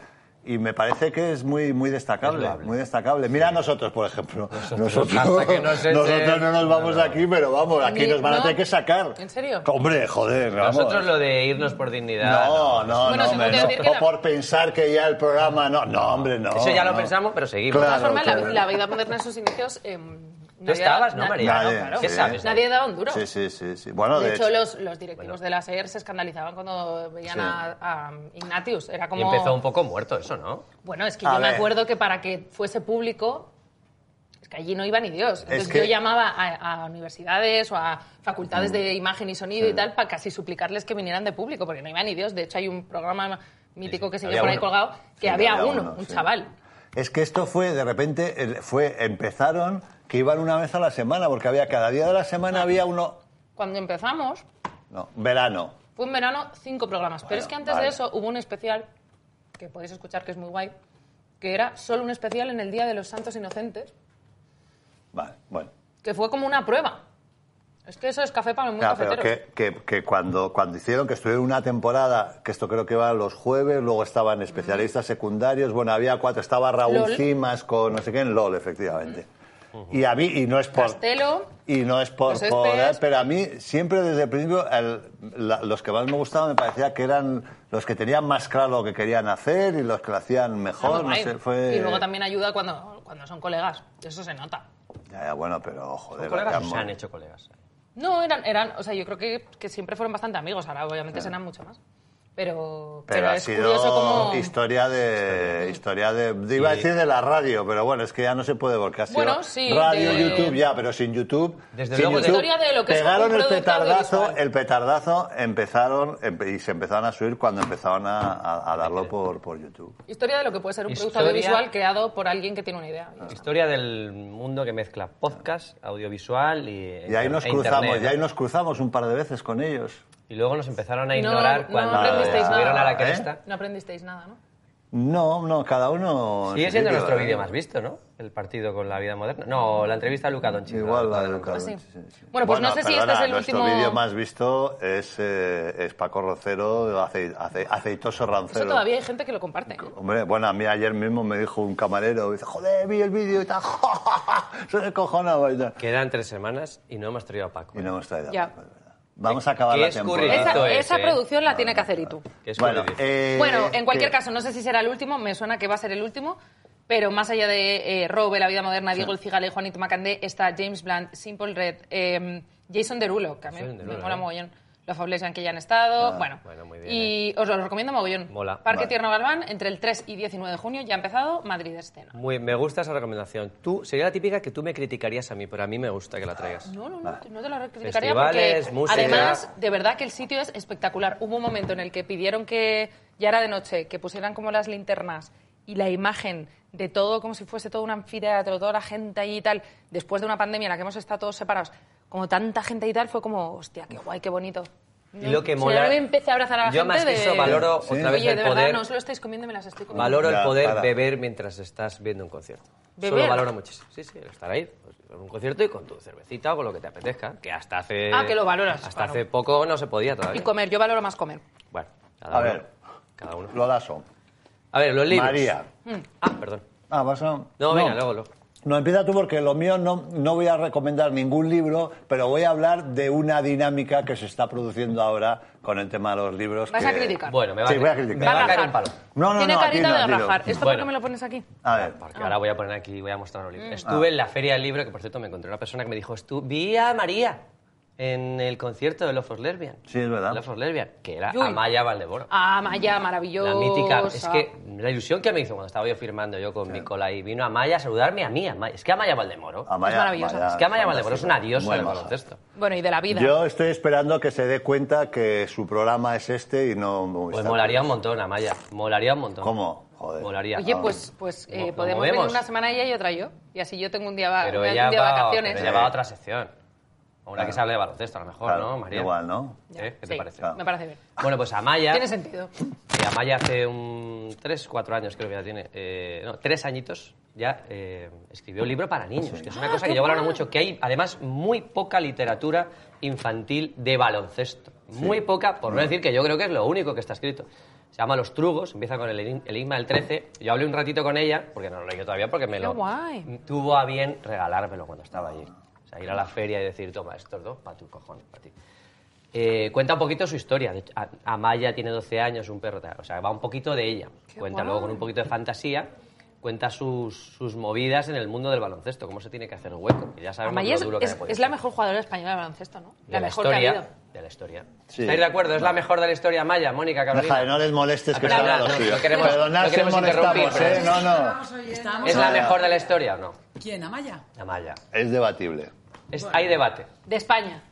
Speaker 2: y me parece que es muy, muy destacable,
Speaker 4: Es loable.
Speaker 2: muy destacable. Mira a nosotros, por ejemplo. Nosotros,
Speaker 4: hasta que nos echen-
Speaker 2: nosotros no nos vamos de aquí, pero vamos, aquí
Speaker 3: Ni-
Speaker 2: nos van a
Speaker 3: no.
Speaker 2: tener que sacar.
Speaker 3: ¿En serio?
Speaker 2: Hombre, joder, vamos.
Speaker 4: Nosotros lo de Ah, irnos por dignidad.
Speaker 2: No, no,
Speaker 3: Bueno,
Speaker 2: no,
Speaker 3: se
Speaker 2: hombre,
Speaker 3: puede
Speaker 2: no.
Speaker 3: decir que
Speaker 2: O
Speaker 3: la-
Speaker 2: por pensar que ya el programa... No, no, hombre, no.
Speaker 4: Eso ya lo
Speaker 2: no.
Speaker 4: pensamos, pero seguimos.
Speaker 3: De todas
Speaker 2: Claro,
Speaker 3: formas, la-
Speaker 2: claro.
Speaker 3: la, vida moderna en sus inicios eh,
Speaker 4: ¿Tú
Speaker 3: Nadie-
Speaker 4: estabas, no,
Speaker 3: na-
Speaker 4: María?
Speaker 2: Nadie,
Speaker 4: ¿Qué
Speaker 2: sí.
Speaker 4: sabes?
Speaker 3: Nadie daba un duro.
Speaker 2: Sí, sí, sí. sí. Bueno,
Speaker 3: de,
Speaker 2: de,
Speaker 3: hecho, los, los directivos
Speaker 4: Bueno.
Speaker 3: de la SER se escandalizaban cuando veían
Speaker 2: Sí.
Speaker 3: a, a Ignatius. Era
Speaker 4: Y
Speaker 3: como...
Speaker 4: empezó un poco muerto eso, ¿no?
Speaker 3: Bueno, es que
Speaker 2: A
Speaker 3: yo me
Speaker 2: ver.
Speaker 3: acuerdo que para que fuese público, es que allí no iba ni Dios. Entonces
Speaker 2: que-
Speaker 3: yo llamaba a, a universidades o a facultades de imagen y sonido y tal para casi suplicarles que vinieran de público, porque no iba ni Dios. De hecho, hay un programa mítico
Speaker 4: Sí,
Speaker 3: que se
Speaker 4: había
Speaker 3: por ahí
Speaker 4: uno.
Speaker 3: colgado
Speaker 2: Sí,
Speaker 3: que había,
Speaker 2: había
Speaker 3: uno,
Speaker 2: uno,
Speaker 3: un
Speaker 2: sí.
Speaker 3: chaval.
Speaker 2: Es que esto fue, de repente, el- fue, empezaron que iban una vez a la semana, porque había cada día de la semana había uno,
Speaker 3: Cuando empezamos,
Speaker 2: no, verano.
Speaker 3: fue en verano cinco programas. Pero
Speaker 2: Bueno,
Speaker 3: es que antes
Speaker 2: vale.
Speaker 3: de eso hubo un especial, que podéis escuchar que es muy guay, que era solo un especial en el Día de los Santos Inocentes,
Speaker 2: Vale, bueno.
Speaker 3: que fue como una prueba. Es que eso es café para los muy
Speaker 2: Claro, pero
Speaker 3: cafeteros.
Speaker 2: que, que- que cuando, cuando hicieron, que estuvieron una temporada, que esto creo que va los jueves, luego estaban especialistas secundarios, bueno, había cuatro, estaba Raúl
Speaker 3: LOL.
Speaker 2: Cimas con no sé qué, en LOL, efectivamente. Y a mí, y no es por...
Speaker 3: Castelo.
Speaker 2: Y no es por...
Speaker 3: Los Espes.
Speaker 2: por- eh, pero a mí siempre desde el principio el- la- los que más me gustaban me parecía que eran los que tenían más claro lo que querían hacer y los que lo hacían
Speaker 3: Está
Speaker 2: mejor,
Speaker 3: muy
Speaker 2: no
Speaker 3: guay.
Speaker 2: sé, fue...
Speaker 3: Y luego también ayuda cuando, cuando son colegas. Eso se nota.
Speaker 2: Ya, ya, bueno, pero joder...
Speaker 4: ¿Son colegas o
Speaker 2: hacían
Speaker 4: se han
Speaker 2: mo-
Speaker 4: hecho colegas?
Speaker 3: No, eran, eran o sea, yo creo que, que siempre fueron bastante amigos. Ahora obviamente serán mucho más. Pero,
Speaker 2: Pero,
Speaker 3: pero
Speaker 2: ha
Speaker 3: es
Speaker 2: sido
Speaker 3: curioso como...
Speaker 2: historia de historia de de- iba a decir de la radio, pero bueno, es que ya no se puede porque ha sido
Speaker 3: Bueno, sí,
Speaker 2: radio,
Speaker 3: de-
Speaker 2: YouTube ya, pero sin YouTube.
Speaker 4: Desde
Speaker 2: sin
Speaker 4: luego,
Speaker 2: YouTube,
Speaker 3: historia de lo que es
Speaker 2: pegaron
Speaker 3: un
Speaker 2: el
Speaker 3: producto
Speaker 2: petardazo,
Speaker 3: audiovisual.
Speaker 2: el petardazo empezaron empe- y se empezaron a subir cuando empezaron a, a- a darlo por, por YouTube.
Speaker 3: Historia de lo que puede ser un producto
Speaker 4: Historia-
Speaker 3: audiovisual creado por alguien que tiene una idea.
Speaker 4: Historia del mundo que mezcla podcast, audiovisual y.
Speaker 2: Y ahí nos
Speaker 4: e
Speaker 2: cruzamos,
Speaker 4: internet,
Speaker 2: y ahí
Speaker 4: ¿no?
Speaker 2: nos cruzamos un par de veces con ellos.
Speaker 4: Y luego nos empezaron a
Speaker 3: No,
Speaker 4: ignorar
Speaker 3: no
Speaker 4: cuando
Speaker 3: aprendisteis
Speaker 4: subieron
Speaker 3: nada.
Speaker 4: a la
Speaker 2: ¿Eh?
Speaker 4: cresta.
Speaker 3: No aprendisteis nada, ¿no?
Speaker 2: No, no, cada uno. en
Speaker 4: Sigue
Speaker 2: su
Speaker 4: siendo
Speaker 2: sitio,
Speaker 4: nuestro
Speaker 2: ¿eh?
Speaker 4: vídeo más visto, ¿no? El partido con la vida moderna. No, la entrevista a Luca Doncic.
Speaker 2: eh, Igual la de
Speaker 4: Luca.
Speaker 2: Luca
Speaker 3: sí.
Speaker 2: Doncic, sí, sí.
Speaker 3: Bueno, pues no sé si este
Speaker 2: perdona,
Speaker 3: es el
Speaker 2: nuestro
Speaker 3: último-
Speaker 2: vídeo más visto es, eh, es Paco Rocero, ace- ace- aceitoso rancero.
Speaker 3: Eso todavía hay gente que lo comparte. ¿eh?
Speaker 2: Hombre, bueno, a mí ayer mismo me dijo un camarero, dice, joder, vi el vídeo y tal, se descojonaba y tal.
Speaker 4: Quedan tres semanas y no hemos traído a Paco.
Speaker 2: Y no hemos traído. pues,
Speaker 3: Ya.
Speaker 2: Vamos a acabar
Speaker 4: Qué
Speaker 2: la
Speaker 4: escurridizo
Speaker 2: temporada.
Speaker 3: Esa,
Speaker 4: es,
Speaker 3: esa
Speaker 4: ¿eh?
Speaker 3: producción la tiene que hacer Itu.
Speaker 4: Que es
Speaker 2: Bueno,
Speaker 4: curioso.
Speaker 2: eh,
Speaker 3: Bueno, en cualquier
Speaker 2: que-
Speaker 3: caso, no sé si será el último, me suena que va a ser el último, pero más allá de eh, Robe, La Vida Moderna, Diego El Cigale, Juanito Macandé, está James Blunt, Simple Red, eh, Jason Derulo, que a mí
Speaker 4: Jason
Speaker 3: me
Speaker 4: Derulo,
Speaker 3: mola
Speaker 4: ¿eh? Ah,
Speaker 3: mogollón. Los Fables que ya han estado, bueno.
Speaker 4: Bueno, muy bien, eh.
Speaker 3: y os lo recomiendo mogollón.
Speaker 4: Mola.
Speaker 3: Parque
Speaker 2: Vale.
Speaker 3: Tierno Galván, entre el 3 y 19 de junio, ya ha empezado Madrid Escena.
Speaker 4: Muy, me gusta esa recomendación. Tú, sería la típica que tú me criticarías a mí, pero a mí me gusta que la traigas.
Speaker 3: No, no, no, no te lo criticaría
Speaker 4: Festivales,
Speaker 3: porque
Speaker 4: música.
Speaker 3: además, de verdad que el sitio es espectacular. Hubo un momento en el que pidieron que ya era de noche, que pusieran como las linternas y la imagen de todo como si fuese todo un anfiteatro, toda la gente ahí y tal, después de una pandemia en la que hemos estado todos separados, como tanta gente y tal, fue como, hostia, qué guay, qué bonito.
Speaker 4: Y lo que
Speaker 3: Si
Speaker 4: mola-
Speaker 3: no me empecé a abrazar a la
Speaker 4: Yo
Speaker 3: gente
Speaker 4: más que
Speaker 3: de-
Speaker 4: eso valoro
Speaker 2: Sí.
Speaker 4: otra vez
Speaker 3: Oye,
Speaker 4: el
Speaker 3: de verdad,
Speaker 4: poder,
Speaker 3: no os lo estáis comiendo, me las estoy comiendo.
Speaker 4: valoro el
Speaker 2: Ya,
Speaker 4: poder
Speaker 2: para.
Speaker 4: beber mientras estás viendo un concierto. Eso lo
Speaker 3: ¿Beber?
Speaker 4: valoro muchísimo. Sí, sí, el estar ahí pues, con un concierto y con tu cervecita o con lo que te apetezca, que hasta hace...
Speaker 3: Ah, que lo valoras,
Speaker 4: Hasta
Speaker 3: claro.
Speaker 4: hace poco no se podía todavía.
Speaker 3: Y comer, yo valoro más comer.
Speaker 4: Bueno, cada
Speaker 2: A
Speaker 4: uno.
Speaker 2: ver,
Speaker 4: Cada uno.
Speaker 2: lo lazo.
Speaker 4: A ver, los libros.
Speaker 2: María.
Speaker 3: Mm.
Speaker 4: Ah, perdón.
Speaker 2: Ah, vas a...
Speaker 4: No, venga, luego, luego.
Speaker 2: No, empieza tú porque lo mío no, no voy a recomendar ningún libro, pero voy a hablar de una dinámica que se está produciendo ahora con el tema de los libros.
Speaker 3: Vas
Speaker 2: que-
Speaker 3: a criticar.
Speaker 4: Bueno, me va,
Speaker 2: Sí,
Speaker 4: a,
Speaker 2: voy a
Speaker 4: me
Speaker 2: criticar.
Speaker 4: va a caer
Speaker 3: rajar.
Speaker 4: un palo.
Speaker 2: No, no,
Speaker 3: Tiene
Speaker 2: no, aquí
Speaker 3: carita
Speaker 2: no,
Speaker 3: de
Speaker 2: aquí no.
Speaker 3: rajar. ¿Esto por
Speaker 4: Bueno.
Speaker 3: qué me lo pones aquí?
Speaker 2: A ver, Ah.
Speaker 4: Porque
Speaker 3: Ah.
Speaker 4: ahora voy a poner aquí, voy a mostrar un libro.
Speaker 3: Mm.
Speaker 4: Estuve en la Feria del Libro, que por cierto me encontré una persona que me dijo, estuve, vi a María en el concierto de Love for Lesbian.
Speaker 2: Sí, es verdad.
Speaker 4: Love for Lesbian, que era
Speaker 3: Yui.
Speaker 4: Amaya Valdeboro.
Speaker 3: Ah, Maya, maravillosa.
Speaker 4: La mítica,
Speaker 3: ah.
Speaker 4: es que la ilusión que me hizo cuando estaba yo firmando yo con mi cola y vino Amaya a saludarme a mí, Amaya. es que Amaya Valdemoro,
Speaker 2: Amaya-
Speaker 3: Es maravillosa.
Speaker 4: es que Amaya
Speaker 2: fantástica.
Speaker 4: Valdemoro es una diosa
Speaker 2: Muy Pues
Speaker 4: del
Speaker 2: maja.
Speaker 4: baloncesto.
Speaker 3: Bueno, y de la vida.
Speaker 2: Yo estoy esperando que se dé cuenta que su programa es este y no
Speaker 4: Pues
Speaker 2: Movistar.
Speaker 4: molaría un montón, Amaya, molaría un montón.
Speaker 2: ¿Cómo? Joder.
Speaker 4: Molaría.
Speaker 3: Oye, pues, pues eh,
Speaker 4: Lo- lo
Speaker 3: podemos
Speaker 4: movemos.
Speaker 3: venir una semana ella y otra yo. Y así yo tengo un día, va-
Speaker 4: Pero
Speaker 3: un día
Speaker 4: ella,
Speaker 3: de
Speaker 4: va,
Speaker 3: vacaciones.
Speaker 4: pero ella va a otra sección. A una que
Speaker 2: Claro.
Speaker 4: se hable de baloncesto, a lo mejor,
Speaker 2: Claro,
Speaker 4: ¿no, María?
Speaker 2: Igual, ¿no?
Speaker 3: Ya,
Speaker 4: ¿Eh? ¿Qué te
Speaker 3: sí,
Speaker 4: parece?
Speaker 2: Claro.
Speaker 3: Me parece bien.
Speaker 4: Bueno, pues Amaya.
Speaker 3: Tiene sentido.
Speaker 4: que Amaya hace un 3, 4 años creo que ya tiene, eh, no, 3 añitos ya eh, escribió un libro para niños, que es una cosa que yo valoro mucho, que hay además muy poca literatura infantil de baloncesto. Muy poca, por no decir que yo creo que es lo único que está escrito. Se llama Los Trugos, empieza con el enin- enigma del 13. Yo hablé un ratito con ella, porque no lo he leído todavía, porque me
Speaker 3: Qué
Speaker 4: lo
Speaker 3: guay.
Speaker 4: tuvo a bien regalármelo cuando estaba allí. O sea, ir a la feria y decir, toma, estos dos para tus cojones, para ti. Eh, cuenta un poquito su historia. De hecho, a- Amaya tiene 12 años, un perro. tal. O sea, va un poquito de ella.
Speaker 3: Qué
Speaker 4: cuenta
Speaker 3: guay.
Speaker 4: luego con un poquito de fantasía. cuenta sus, sus movidas en el mundo del baloncesto, cómo se tiene que hacer hueco. que ya sabemos
Speaker 3: Amaya
Speaker 4: lo
Speaker 3: es,
Speaker 4: duro que
Speaker 3: es-
Speaker 4: ha podido
Speaker 3: es la
Speaker 4: ser.
Speaker 3: mejor jugadora española de baloncesto, ¿no?
Speaker 4: De
Speaker 3: La mejor
Speaker 4: historia,
Speaker 3: que ha habido.
Speaker 4: De la historia.
Speaker 2: Sí.
Speaker 4: ¿Estáis de acuerdo? Es la mejor de la historia, Maya, Mónica, Carolina.
Speaker 2: Deja, de- no les molestes que
Speaker 4: Ah,
Speaker 2: están
Speaker 4: perdona,
Speaker 2: a los
Speaker 4: no,
Speaker 2: tíos.
Speaker 4: no queremos-
Speaker 2: Perdonad
Speaker 4: no
Speaker 2: si
Speaker 4: queremos
Speaker 2: molestamos,
Speaker 4: interrumpir,
Speaker 2: ¿eh? No, no.
Speaker 5: Estábamos
Speaker 4: ¿Es la
Speaker 2: Maya.
Speaker 4: mejor de la historia o no?
Speaker 5: ¿Quién? ¿Amaya?
Speaker 4: La Maya.
Speaker 2: Es debatible.
Speaker 4: Es- Hay debate.
Speaker 3: De España.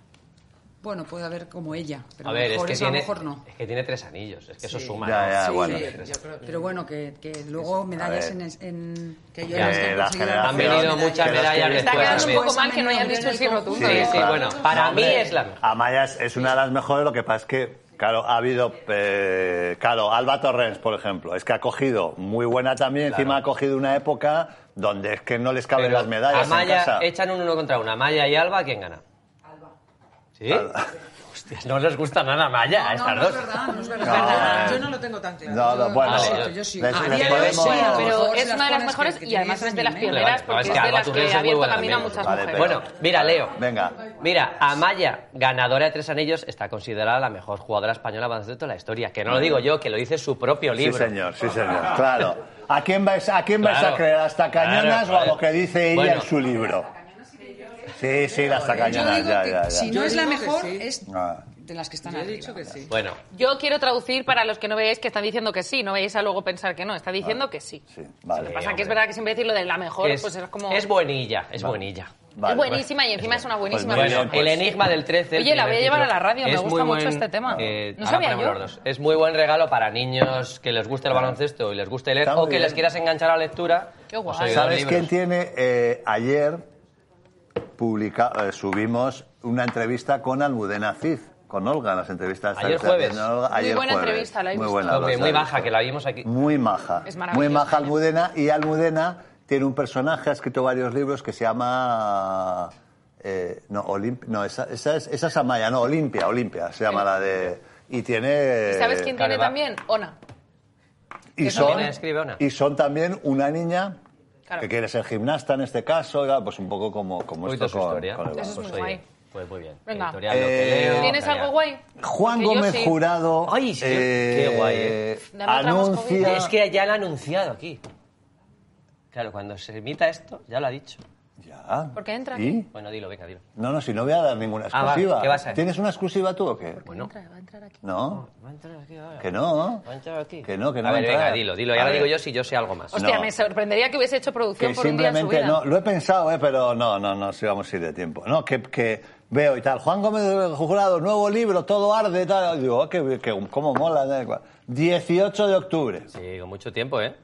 Speaker 5: Bueno, puede haber como ella, pero
Speaker 4: a ver, es
Speaker 5: mejor
Speaker 4: que,
Speaker 5: eso,
Speaker 4: tiene, Ah,
Speaker 5: a lo mejor no.
Speaker 4: es que tiene tres anillos. Es que eso
Speaker 5: Sí.
Speaker 4: suma.
Speaker 2: Ya,
Speaker 4: ¿no?
Speaker 2: ya,
Speaker 5: Sí,
Speaker 2: bueno.
Speaker 5: sí, Pero bueno, que, que luego medallas
Speaker 2: ver.
Speaker 5: en, es- en... Que
Speaker 2: yo las que he conseguido las
Speaker 4: Han venido
Speaker 2: Medallas.
Speaker 4: muchas
Speaker 2: Que las
Speaker 4: medallas
Speaker 2: que-
Speaker 4: después.
Speaker 3: Está quedando un
Speaker 4: también.
Speaker 3: poco mal que no hayas dicho el sí rotundo.
Speaker 4: Sí,
Speaker 3: ¿eh?
Speaker 4: sí, bueno, para
Speaker 2: Hombre,
Speaker 4: mí es la mejor.
Speaker 2: Amaya es, es una de las mejores, lo que pasa es que, claro, ha habido, eh, claro, Alba Torrens, por ejemplo, es que ha cogido muy buena también, encima ha cogido una época donde es que no les caben
Speaker 4: Pero
Speaker 2: las medallas
Speaker 4: Amaya,
Speaker 2: en casa.
Speaker 4: echan un uno contra una. Maya y Alba, ¿quién gana? Alba. ¿Sí? Hostias, no les gusta nada Maya a
Speaker 5: No,
Speaker 4: estas
Speaker 5: no
Speaker 4: dos.
Speaker 5: es verdad, no es
Speaker 2: No,
Speaker 5: verdad.
Speaker 2: eh.
Speaker 6: Yo no lo tengo tan claro.
Speaker 2: No, no, bueno,
Speaker 4: Vale,
Speaker 5: Yo-
Speaker 4: yo-
Speaker 5: yo sí.
Speaker 2: les-
Speaker 5: Ah,
Speaker 2: les
Speaker 5: día de hoy
Speaker 2: podemos-
Speaker 5: sí, a lo
Speaker 2: Pero
Speaker 5: mejor
Speaker 3: Pero
Speaker 5: si
Speaker 3: es
Speaker 5: las
Speaker 3: una de las
Speaker 5: pones,
Speaker 3: mejores
Speaker 5: que- que
Speaker 3: y además
Speaker 5: tienes
Speaker 3: es de las
Speaker 5: mil, ¿eh?
Speaker 3: pioneras
Speaker 4: Vale,
Speaker 3: porque
Speaker 4: es
Speaker 3: es
Speaker 4: que
Speaker 3: de
Speaker 4: Alba
Speaker 3: las
Speaker 4: Torrens
Speaker 3: que
Speaker 4: es
Speaker 3: ha
Speaker 4: muy
Speaker 3: abierto
Speaker 4: buena
Speaker 3: camino a
Speaker 4: también.
Speaker 3: muchas
Speaker 2: Vale,
Speaker 3: mujeres.
Speaker 4: Bueno, mira, Leo.
Speaker 2: Venga.
Speaker 4: Mira, Amaya, ganadora de tres anillos, está considerada la mejor jugadora española de baloncesto de la historia. Que no lo digo yo, que lo dice su propio
Speaker 2: Sí,
Speaker 4: libro.
Speaker 2: señor, sí, señor, claro. ¿A quién vais a, quién vais
Speaker 4: Claro.
Speaker 2: a creer? ¿Hasta cañonas
Speaker 4: Claro,
Speaker 2: o a lo que dice ella
Speaker 4: Bueno.
Speaker 2: en su libro? Sí, sí, las
Speaker 5: Yo
Speaker 2: tacañonas,
Speaker 5: digo
Speaker 2: ya,
Speaker 5: que
Speaker 2: ya, ya.
Speaker 5: si no
Speaker 6: Yo
Speaker 5: es la
Speaker 6: digo que
Speaker 5: mejor,
Speaker 6: sí.
Speaker 5: es
Speaker 2: Ah.
Speaker 5: de las que están
Speaker 6: Yo he
Speaker 5: arriba,
Speaker 6: dicho que
Speaker 5: ¿verdad?
Speaker 6: sí.
Speaker 4: Bueno,
Speaker 3: Yo quiero traducir para los que no veáis que están diciendo que sí, no veáis a luego pensar que no, está diciendo que sí.
Speaker 2: Sí, vale.
Speaker 3: Lo que pasa es que es
Speaker 4: Ah. hombre.
Speaker 3: verdad que siempre decir lo de la mejor, pues es como...
Speaker 4: es buenilla, es
Speaker 2: Vale.
Speaker 4: buenilla.
Speaker 2: Vale,
Speaker 3: es buenísima y encima es una buenísima
Speaker 2: Pues muy
Speaker 4: Bueno,
Speaker 3: persona.
Speaker 2: bien, pues.
Speaker 4: el enigma del 13. el
Speaker 3: Oye, la voy a
Speaker 4: primer
Speaker 3: llevar
Speaker 4: título.
Speaker 3: a la radio, me
Speaker 4: Es
Speaker 3: gusta
Speaker 4: muy
Speaker 3: mucho este tema. No
Speaker 4: ahora
Speaker 3: sabía
Speaker 4: ponemos
Speaker 3: yo.
Speaker 4: los dos. Es muy buen regalo para niños que les guste el baloncesto y les guste leer
Speaker 2: Está
Speaker 4: o
Speaker 2: muy
Speaker 4: que les
Speaker 2: bien.
Speaker 4: quieras enganchar a la lectura.
Speaker 3: Qué guay.
Speaker 4: Os he oído
Speaker 2: ¿Sabes
Speaker 4: libros.
Speaker 2: quién tiene? Eh, ayer publica, eh, subimos una entrevista con Almudena Cid, con Olga, las entrevistas.
Speaker 4: Ayer
Speaker 2: que está
Speaker 4: jueves.
Speaker 2: haciendo Olga,
Speaker 3: Muy
Speaker 2: ayer
Speaker 3: buena
Speaker 2: jueves.
Speaker 3: entrevista, la he
Speaker 2: Muy
Speaker 3: visto.
Speaker 2: buena,
Speaker 4: Hombre,
Speaker 2: Olga, ¿sabes?
Speaker 4: muy baja, que la vimos aquí.
Speaker 2: Muy maja.
Speaker 3: Es
Speaker 2: muy
Speaker 3: maravillosa,
Speaker 2: maja
Speaker 3: ¿no?
Speaker 2: Almudena. Y Almudena tiene un personaje, ha escrito varios libros que se llama. eh, no, Olimp no esa, esa es, esa es Amaya, no, Olimpia, Olimpia se llama la de. Y tiene.
Speaker 3: ¿Y ¿Sabes quién tiene
Speaker 4: Careva.
Speaker 3: también? Ona.
Speaker 2: Y
Speaker 4: Eso
Speaker 2: son,
Speaker 4: viene de escribana.
Speaker 2: y son también una niña
Speaker 3: Claro.
Speaker 2: que quiere ser gimnasta en este caso, y, claro, pues un poco como, como
Speaker 4: Hoy
Speaker 2: esto
Speaker 4: toda su
Speaker 2: con-
Speaker 4: historia.
Speaker 2: con el
Speaker 3: Eso es
Speaker 2: baloncesto.
Speaker 3: muy guay.
Speaker 4: bien. Pues muy bien.
Speaker 3: Venga.
Speaker 4: Editorial, lo que
Speaker 2: Eh,
Speaker 4: leo,
Speaker 3: ¿Tienes
Speaker 4: calla.
Speaker 3: algo guay?
Speaker 2: Juan
Speaker 3: Porque yo
Speaker 2: Gómez
Speaker 3: sí.
Speaker 2: Jurado
Speaker 4: Ay, sí,
Speaker 2: eh,
Speaker 4: qué guay, eh.
Speaker 3: Dame otra
Speaker 2: anuncia...
Speaker 3: moscovita.
Speaker 4: Es que ya lo ha anunciado aquí. Claro, cuando se emita esto, ya lo ha dicho.
Speaker 2: Ya.
Speaker 3: ¿Por qué entra
Speaker 2: ¿Y?
Speaker 4: Bueno, dilo, venga, dilo.
Speaker 2: No, no, si no voy a dar ninguna
Speaker 4: Ah, vale,
Speaker 2: exclusiva.
Speaker 4: ¿qué vas a hacer?
Speaker 2: ¿Tienes una exclusiva tú o qué?
Speaker 4: Bueno.
Speaker 3: Entra, va a entrar aquí.
Speaker 2: No,
Speaker 4: Va a entrar aquí ahora.
Speaker 2: que no.
Speaker 4: Va a entrar aquí.
Speaker 2: Que no, que no
Speaker 4: A
Speaker 2: va
Speaker 4: ver,
Speaker 2: a entrar.
Speaker 4: venga, dilo, dilo. Y
Speaker 2: A
Speaker 4: ahora
Speaker 2: ver.
Speaker 4: digo yo si yo sé algo más.
Speaker 3: Hostia,
Speaker 2: No.
Speaker 3: me sorprendería que hubiese hecho producción
Speaker 2: Que
Speaker 3: por un día en su
Speaker 2: simplemente
Speaker 3: vida.
Speaker 2: no, lo he pensado, eh, pero no, no, no, si vamos a ir de tiempo. No, que, que veo y tal. Juan Gómez del Jurado, nuevo libro, todo arde, tal. Y digo, oh, que, que- cómo mola. tal y cual. 18 de octubre.
Speaker 4: Sí, con mucho tiempo, ¿eh?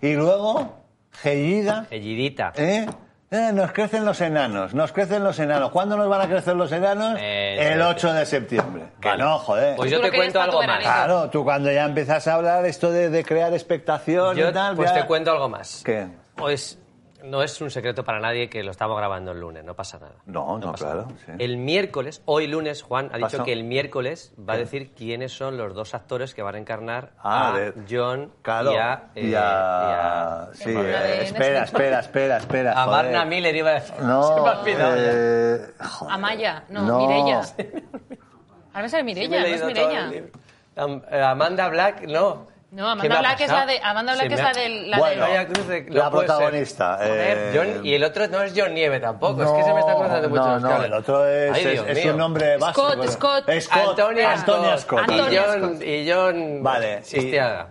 Speaker 2: Y luego, Gellida,
Speaker 4: Gellidita.
Speaker 2: ¿eh? Eh, nos crecen los enanos, nos crecen los enanos. ¿Cuándo nos van a crecer los enanos?
Speaker 4: Eh,
Speaker 2: el
Speaker 4: sí,
Speaker 2: 8 de septiembre. Que
Speaker 4: Vale.
Speaker 2: no, joder.
Speaker 4: Pues
Speaker 3: Tú
Speaker 4: yo
Speaker 3: lo
Speaker 4: te
Speaker 3: querías
Speaker 4: cuento
Speaker 3: para tu
Speaker 4: algo más.
Speaker 3: veranito.
Speaker 2: Claro, tú cuando ya empiezas a hablar esto de, de crear expectación
Speaker 4: Yo
Speaker 2: y tal,
Speaker 4: pues
Speaker 2: ya-
Speaker 4: te cuento algo más.
Speaker 2: ¿Qué?
Speaker 4: Pues no es un secreto para nadie que lo estamos grabando el lunes, no pasa nada.
Speaker 2: No, no,
Speaker 4: pasa
Speaker 2: claro,
Speaker 4: nada.
Speaker 2: sí.
Speaker 4: El miércoles, hoy lunes, Juan ha dicho
Speaker 2: Pasó.
Speaker 4: que el miércoles va a decir quiénes son los dos actores que van a encarnar
Speaker 2: Ah,
Speaker 4: a
Speaker 2: de-
Speaker 4: John
Speaker 2: Claro.
Speaker 4: y a... eh,
Speaker 2: y a-
Speaker 4: y a-
Speaker 2: Sí,
Speaker 3: Bueno,
Speaker 2: eh,
Speaker 3: de-
Speaker 2: espera, espera, espera, espera.
Speaker 4: a
Speaker 2: joder.
Speaker 4: Marna Miller iba a decir.
Speaker 2: No.
Speaker 4: Se me ha olvidado ya.
Speaker 2: eh, joder.
Speaker 3: Amaya, no,
Speaker 2: No.
Speaker 3: Mireia. Ahora me sale
Speaker 4: Sí,
Speaker 3: Mirella,
Speaker 4: me he
Speaker 3: no es
Speaker 4: leído todo el
Speaker 3: Mirella.
Speaker 4: libro. Am- eh, Amanda Black, no.
Speaker 3: No,
Speaker 4: ¿Qué me
Speaker 3: Amanda
Speaker 4: ha
Speaker 3: Black es la
Speaker 4: pasado?
Speaker 3: de. Amanda Black
Speaker 4: Se
Speaker 3: es
Speaker 4: me
Speaker 3: la
Speaker 4: ha-
Speaker 3: del. La
Speaker 2: Bueno,
Speaker 3: del-
Speaker 4: Vaya cruz
Speaker 2: la
Speaker 4: de- no puede ser.
Speaker 2: protagonista,
Speaker 4: Joder,
Speaker 2: eh,
Speaker 4: John- y el otro no es John Nieve tampoco. es que se me está acordando mucho.
Speaker 2: no,
Speaker 4: los
Speaker 2: no,
Speaker 4: cables.
Speaker 2: el otro es,
Speaker 4: Ay,
Speaker 2: es-
Speaker 4: Dios
Speaker 2: es
Speaker 4: mío.
Speaker 2: un nombre vasco.
Speaker 3: Scott,
Speaker 2: pero-
Speaker 3: Scott.
Speaker 2: Scott.
Speaker 4: Antonia,
Speaker 2: Antonia Scott.
Speaker 4: Y
Speaker 3: Antonia
Speaker 4: John. Y John
Speaker 2: Vale, y-
Speaker 4: Sistiaga.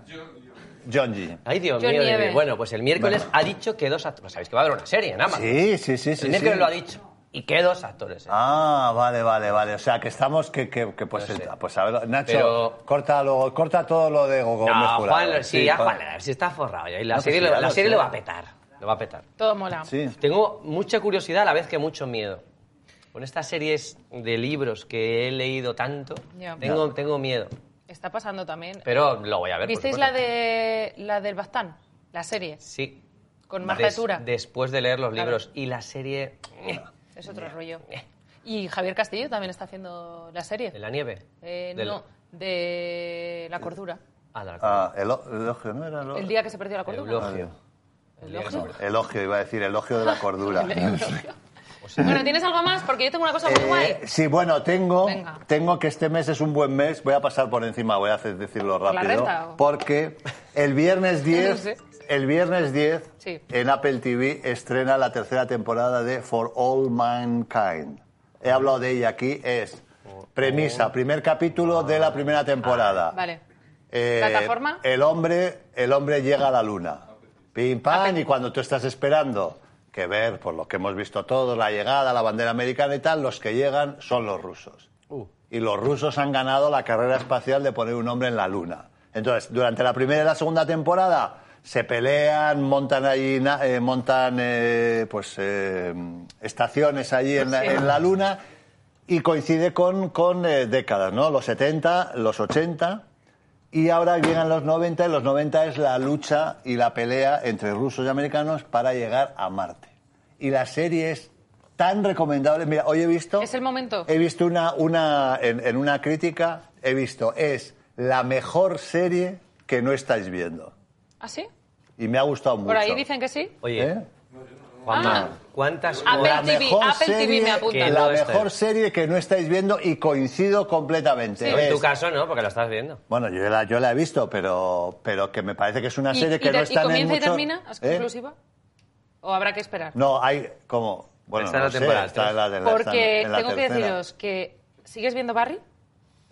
Speaker 2: John G.
Speaker 4: Ay, Dios
Speaker 3: John
Speaker 4: mío. de
Speaker 3: Nieve.
Speaker 4: mí. Bueno, pues el miércoles ha dicho que dos actores. Sabéis que va a haber una serie en Amazon.
Speaker 2: Sí, sí, sí, sí.
Speaker 4: el miércoles
Speaker 2: sí.
Speaker 4: lo ha dicho. Y que dos actores. eh.
Speaker 2: Ah, vale, vale, vale. O sea, que estamos que, que, que pues,
Speaker 4: No sé.
Speaker 2: está. pues a ver, Nacho,
Speaker 4: Pero-
Speaker 2: corta lo, corta todo lo de Gogo Gómez
Speaker 4: no,
Speaker 2: Jurado.
Speaker 4: Ah, Juan, sí, ya
Speaker 2: Juan.
Speaker 4: Juan, sí está forrado. ya. Y la
Speaker 2: No, pues
Speaker 4: serie,
Speaker 2: sí,
Speaker 4: lo-
Speaker 2: ya
Speaker 4: la
Speaker 2: lo
Speaker 4: serie
Speaker 2: sé.
Speaker 4: lo va a petar. Lo va a petar.
Speaker 3: Todo mola.
Speaker 2: Sí.
Speaker 4: Tengo mucha curiosidad a la vez que mucho miedo. Con estas series de libros que he leído tanto,
Speaker 3: Ya.
Speaker 4: tengo, tengo miedo.
Speaker 3: Está pasando también.
Speaker 4: Pero lo voy a ver. por
Speaker 3: ¿Visteis
Speaker 4: supuesto.
Speaker 3: la de la del Bastán? La serie.
Speaker 4: Sí.
Speaker 3: Con Marta
Speaker 4: Des-
Speaker 3: Tura.
Speaker 4: Después de leer los
Speaker 3: Claro.
Speaker 4: libros y la serie... eh,
Speaker 3: Es otro rollo. Y Javier Castillo también está haciendo la serie.
Speaker 4: ¿De la nieve?
Speaker 3: Eh,
Speaker 4: Del-
Speaker 3: No, de la cordura.
Speaker 4: Ah, de la
Speaker 2: Ah, el, elogio, ¿no era?
Speaker 3: El día que se perdió la cordura.
Speaker 4: Eulogio.
Speaker 3: Eulogio.
Speaker 2: Elogio, iba a decir, elogio de la cordura.
Speaker 3: Bueno, ¿tienes algo más? Porque yo tengo una cosa muy guay.
Speaker 2: Eh, sí, bueno, tengo,
Speaker 3: Venga.
Speaker 2: tengo que este mes es un buen mes. Voy a pasar por encima, voy a hacer- decirlo
Speaker 3: la
Speaker 2: rápido.
Speaker 3: resta o?
Speaker 2: Porque el viernes 10,
Speaker 3: No sé.
Speaker 2: el viernes 10
Speaker 3: Sí.
Speaker 2: en Apple TV estrena la tercera temporada de For All Mankind. He hablado de ella aquí, es premisa, primer capítulo de la primera temporada.
Speaker 3: Ah, Vale.
Speaker 2: Eh,
Speaker 3: ¿Plataforma?
Speaker 2: El hombre, el hombre llega a la luna. Pim pam, y cuando tú estás esperando que ver, por lo que hemos visto todos, la llegada, la bandera americana y tal, los que llegan son los rusos. Y los rusos han ganado la carrera espacial de poner un hombre en la luna. Entonces, durante la primera y la segunda temporada se pelean, montan allí, na- eh, montan eh, pues eh, estaciones allí en la- en la luna y coincide con, con eh, décadas, ¿no? Los 70, los 80 y ahora llegan los 90 y los 90 es la lucha y la pelea entre rusos y americanos para llegar a Marte. Y la serie es tan recomendable. Mira, hoy he visto...
Speaker 3: Es el momento.
Speaker 2: He visto una, una en, en una crítica, he visto, es la mejor serie que no estáis viendo.
Speaker 3: ¿Ah, sí?
Speaker 2: Y me ha gustado mucho.
Speaker 3: Por ahí dicen que sí.
Speaker 4: Oye,
Speaker 2: ¿Eh?
Speaker 3: Ah.
Speaker 4: Juanma, ¿cuántas
Speaker 3: Apple
Speaker 4: horas?
Speaker 2: la
Speaker 3: TV,
Speaker 2: mejor
Speaker 3: Apple TV me
Speaker 2: serie,
Speaker 3: apunta.
Speaker 4: Que
Speaker 2: la
Speaker 4: no estáis.
Speaker 2: mejor serie que no estáis viendo y coincido completamente.
Speaker 3: Sí.
Speaker 4: En tu
Speaker 2: Es-
Speaker 4: caso no, porque lo estás viendo.
Speaker 2: Bueno, yo la, yo la he visto, pero, pero que me parece que es una
Speaker 3: ¿Y,
Speaker 2: serie
Speaker 3: y
Speaker 2: que
Speaker 3: te-
Speaker 2: no
Speaker 3: y
Speaker 2: está en
Speaker 3: comienza y
Speaker 2: mucho-
Speaker 3: termina? ¿Es
Speaker 2: ¿Eh?
Speaker 3: conclusiva? ¿O habrá que esperar?
Speaker 2: No, hay como... Bueno,
Speaker 4: Está en
Speaker 2: no
Speaker 4: la
Speaker 2: sé,
Speaker 4: temporada
Speaker 2: está en la, de la-
Speaker 3: Porque
Speaker 2: está en la
Speaker 3: tengo que
Speaker 2: tercera.
Speaker 3: deciros que... ¿Sigues viendo Barry?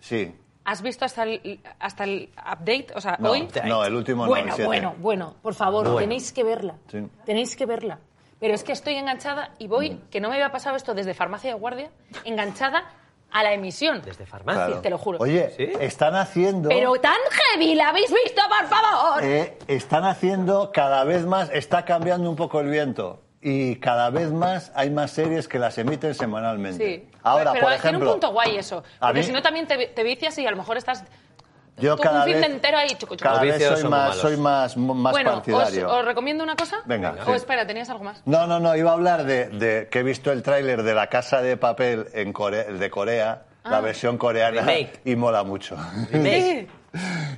Speaker 2: Sí.
Speaker 3: ¿Has visto hasta el, hasta el update? O sea,
Speaker 2: No,
Speaker 3: hoy...
Speaker 2: no, el último no, el
Speaker 3: Bueno,
Speaker 2: siete.
Speaker 3: bueno, bueno, por favor,
Speaker 4: Bueno.
Speaker 3: tenéis que verla.
Speaker 2: Sí.
Speaker 3: Tenéis que verla. Pero es que estoy enganchada y voy,
Speaker 2: Mm.
Speaker 3: que no me había pasado esto desde farmacia de guardia, enganchada a la emisión.
Speaker 4: Desde farmacia.
Speaker 2: Claro.
Speaker 3: te lo juro.
Speaker 2: Oye,
Speaker 4: ¿Sí?
Speaker 2: están haciendo...
Speaker 3: Pero tan heavy, ¿la habéis visto, por favor?
Speaker 2: eh, están haciendo cada vez más... Está cambiando un poco el viento. Y cada vez más hay más series que las emiten semanalmente.
Speaker 3: sí.
Speaker 2: Ahora,
Speaker 3: pero
Speaker 2: por
Speaker 3: tiene un
Speaker 2: ejemplo...
Speaker 3: punto guay eso.
Speaker 2: a
Speaker 3: Porque
Speaker 2: mí-
Speaker 3: si no también te, te vicias y a lo mejor estás
Speaker 2: yo
Speaker 3: tú
Speaker 2: cada
Speaker 3: un fin
Speaker 2: vez,
Speaker 3: de entero ahí. chucu, chucu.
Speaker 2: cada
Speaker 4: Los
Speaker 2: vez
Speaker 4: vicios
Speaker 2: soy
Speaker 4: son
Speaker 2: más,
Speaker 4: malos.
Speaker 2: soy más, más
Speaker 3: bueno, os,
Speaker 2: partidario.
Speaker 3: os recomiendo una cosa.
Speaker 2: Venga,
Speaker 3: O
Speaker 2: sí.
Speaker 3: espera, tenías algo más.
Speaker 2: No, no, no, iba a hablar de, de que he visto el tráiler de La Casa de Papel en Corea, el de Corea,
Speaker 3: Ah.
Speaker 2: la versión coreana,
Speaker 4: Remake.
Speaker 2: y mola mucho.
Speaker 4: Remake.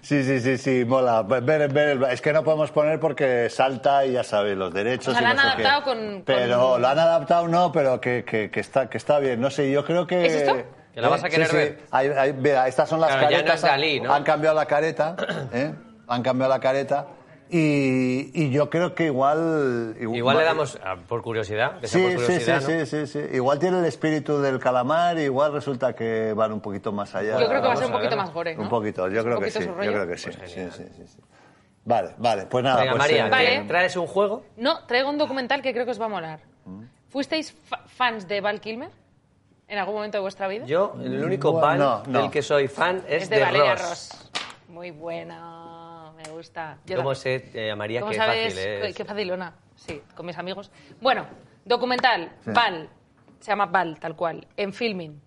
Speaker 2: Sí, sí, sí, sí, mola. Ver, ver el- es que no podemos poner porque salta y ya sabéis los derechos.
Speaker 3: O sea,
Speaker 2: y
Speaker 3: la
Speaker 2: no
Speaker 3: han
Speaker 2: sé qué.
Speaker 3: adaptado con-
Speaker 2: Pero
Speaker 3: con-
Speaker 2: lo han adaptado, no, pero que, que- que está, que está bien. No sé, yo creo que...
Speaker 3: ¿Es esto?
Speaker 4: Que la vas a
Speaker 2: Eh,
Speaker 4: querer
Speaker 2: sí, sí.
Speaker 4: ver.
Speaker 2: Ahí- ahí- mira, estas son las
Speaker 4: Claro, ya no
Speaker 2: caretas.
Speaker 4: es Dalí, ¿no?
Speaker 2: Han cambiado la careta, ¿eh? Han cambiado la careta. Y, y yo creo que igual...
Speaker 4: Igual le damos, ah, por curiosidad, que sea
Speaker 2: Sí,
Speaker 4: por
Speaker 2: sí, sí,
Speaker 4: curiosidad,
Speaker 2: sí,
Speaker 4: ¿no?
Speaker 2: sí, sí. Igual tiene el espíritu del calamar, igual resulta que van un poquito más allá. ¿eh?
Speaker 3: Yo creo que va a ser
Speaker 4: vamos
Speaker 3: un
Speaker 4: a
Speaker 3: poquito
Speaker 4: verla.
Speaker 3: más gore, ¿no?
Speaker 2: Un poquito, yo
Speaker 3: Un
Speaker 2: creo que
Speaker 3: poquito
Speaker 2: sí.
Speaker 3: su
Speaker 2: Yo
Speaker 3: rollo.
Speaker 2: creo que sí.
Speaker 4: Pues
Speaker 2: sí,
Speaker 4: genial.
Speaker 2: sí, sí, sí. Vale, vale, pues nada.
Speaker 4: Venga,
Speaker 2: pues,
Speaker 4: María,
Speaker 2: eh,
Speaker 3: Vale.
Speaker 4: ¿te- ¿traes un juego?
Speaker 3: No, traigo un documental que creo que os va a molar.
Speaker 2: Mm.
Speaker 3: ¿Fuisteis fa- fans de Val Kilmer en algún momento de vuestra vida?
Speaker 4: Yo, el único
Speaker 2: Bueno,
Speaker 4: fan
Speaker 2: no, no.
Speaker 4: del que soy fan es,
Speaker 3: es de, Valeria
Speaker 4: Ross.
Speaker 3: Ross. Muy buena, me gusta. Yo
Speaker 4: ¿Cómo
Speaker 3: la-
Speaker 4: se eh, María?
Speaker 3: ¿Cómo
Speaker 4: Qué
Speaker 3: sabes?
Speaker 4: fácil es.
Speaker 3: Qué facilona. Sí, con mis amigos. Bueno, documental,
Speaker 2: Sí.
Speaker 3: Val, se llama Val, tal cual, en Filming.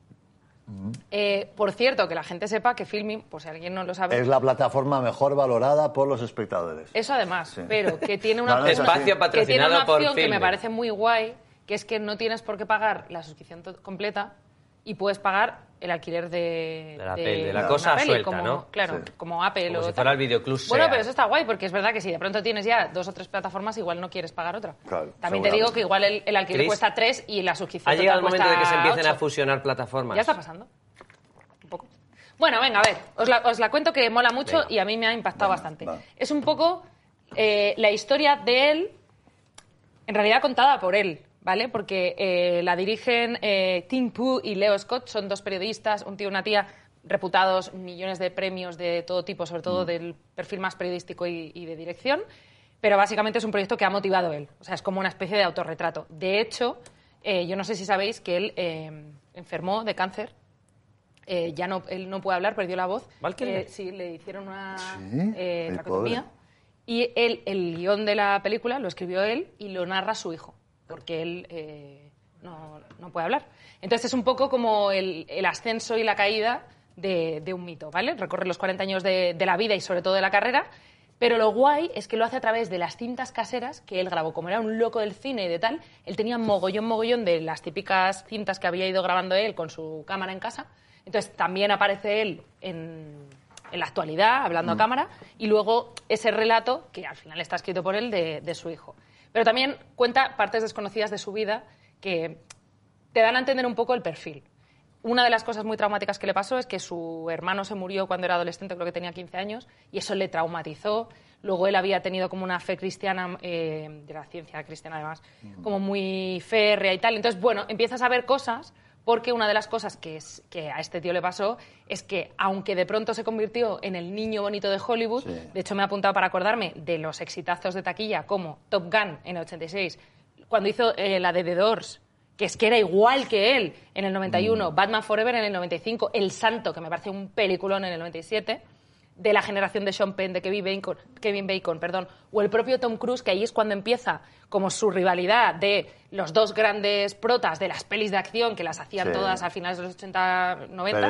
Speaker 3: Eh, por cierto, que la gente sepa que Filming, por si alguien no lo sabe,
Speaker 2: Es la plataforma mejor valorada por los espectadores.
Speaker 3: Eso además,
Speaker 2: Sí.
Speaker 3: pero que tiene una
Speaker 2: No, no, es así.
Speaker 4: Espacio
Speaker 3: que tiene una
Speaker 4: patrocinado por
Speaker 3: opción que me
Speaker 4: Filmin.
Speaker 3: parece muy guay, que es que no tienes por qué pagar la suscripción to- completa y puedes pagar el alquiler de,
Speaker 4: De la peli, de la
Speaker 3: una
Speaker 4: cosa
Speaker 3: peli,
Speaker 4: suelta,
Speaker 3: como,
Speaker 4: ¿no?
Speaker 3: Claro,
Speaker 2: Sí.
Speaker 3: como Apple
Speaker 4: Como
Speaker 3: o
Speaker 4: si
Speaker 3: tal.
Speaker 4: fuera el videoclub
Speaker 3: Bueno,
Speaker 4: SEA.
Speaker 3: pero eso está guay porque es verdad que si de pronto tienes ya dos o tres plataformas igual no quieres pagar otra.
Speaker 2: Claro,
Speaker 3: También te digo
Speaker 2: seguramente.
Speaker 3: que igual el, el alquiler
Speaker 4: Cris,
Speaker 3: cuesta tres y la suscripción
Speaker 4: Ha llegado el
Speaker 3: total
Speaker 4: momento de que se
Speaker 3: cuesta
Speaker 4: empiecen a
Speaker 3: ocho.
Speaker 4: fusionar plataformas.
Speaker 3: Ya está pues, pasando. Un poco. Bueno, venga, a ver. Os la, os la cuento que mola mucho
Speaker 4: Venga.
Speaker 3: y a mí me ha impactado bastante.
Speaker 2: va.
Speaker 3: Es un poco eh, la historia de él, en realidad contada por él, ¿vale? Porque eh, la dirigen eh, Tim Poo y Leo Scott, son dos periodistas, un tío y una tía reputados, millones de premios de todo tipo, sobre todo del perfil más periodístico y, y de dirección. Pero básicamente es un proyecto que ha motivado él. O sea, es como una especie de autorretrato. De hecho, eh, yo no sé si sabéis que él eh, enfermó de cáncer. Eh, ya no, él no puede hablar, perdió la voz.
Speaker 4: ¿Val Kilmer?
Speaker 3: Eh, sí, le hicieron una
Speaker 2: Sí,
Speaker 3: eh,
Speaker 2: el
Speaker 3: traqueotomía.
Speaker 2: pobre.
Speaker 3: Y él, el guión de la película lo escribió él y lo narra su hijo, porque él eh, no, no puede hablar. Entonces es un poco como el, el ascenso y la caída de, de un mito, ¿vale? Recorre los 40 años de, de la vida y sobre todo de la carrera, pero lo guay es que lo hace a través de las cintas caseras que él grabó. Como era un loco del cine y de tal, él tenía mogollón, mogollón de las típicas cintas que había ido grabando él con su cámara en casa. Entonces también aparece él en, en la actualidad, hablando a cámara, y luego ese relato, que al final está escrito por él, de, de su hijo. Pero también cuenta partes desconocidas de su vida que te dan a entender un poco el perfil. Una de las cosas muy traumáticas que le pasó es que su hermano se murió cuando era adolescente, creo que tenía 15 años, y eso le traumatizó. Luego él había tenido como una fe cristiana, eh, de la ciencia cristiana además, como muy férrea y tal. Entonces, bueno, empiezas a ver cosas porque una de las cosas que, es, que a este tío le pasó es que, aunque de pronto se convirtió en el niño bonito de Hollywood,
Speaker 2: Sí.
Speaker 3: de hecho me he apuntado para acordarme de los exitazos de taquilla como Top Gun en el 86, cuando hizo eh, la de The Doors, que es que era igual que él en el 91,
Speaker 2: Mm.
Speaker 3: Batman Forever en el 95, El Santo, que me parece un peliculón en el 97 de la generación de Sean Penn, de Kevin Bacon, Kevin Bacon, perdón, o el propio Tom Cruise, que ahí es cuando empieza como su rivalidad de los dos grandes protas de las pelis de acción que las hacían
Speaker 2: Sí.
Speaker 3: todas a finales de los 80, 90.
Speaker 2: Pero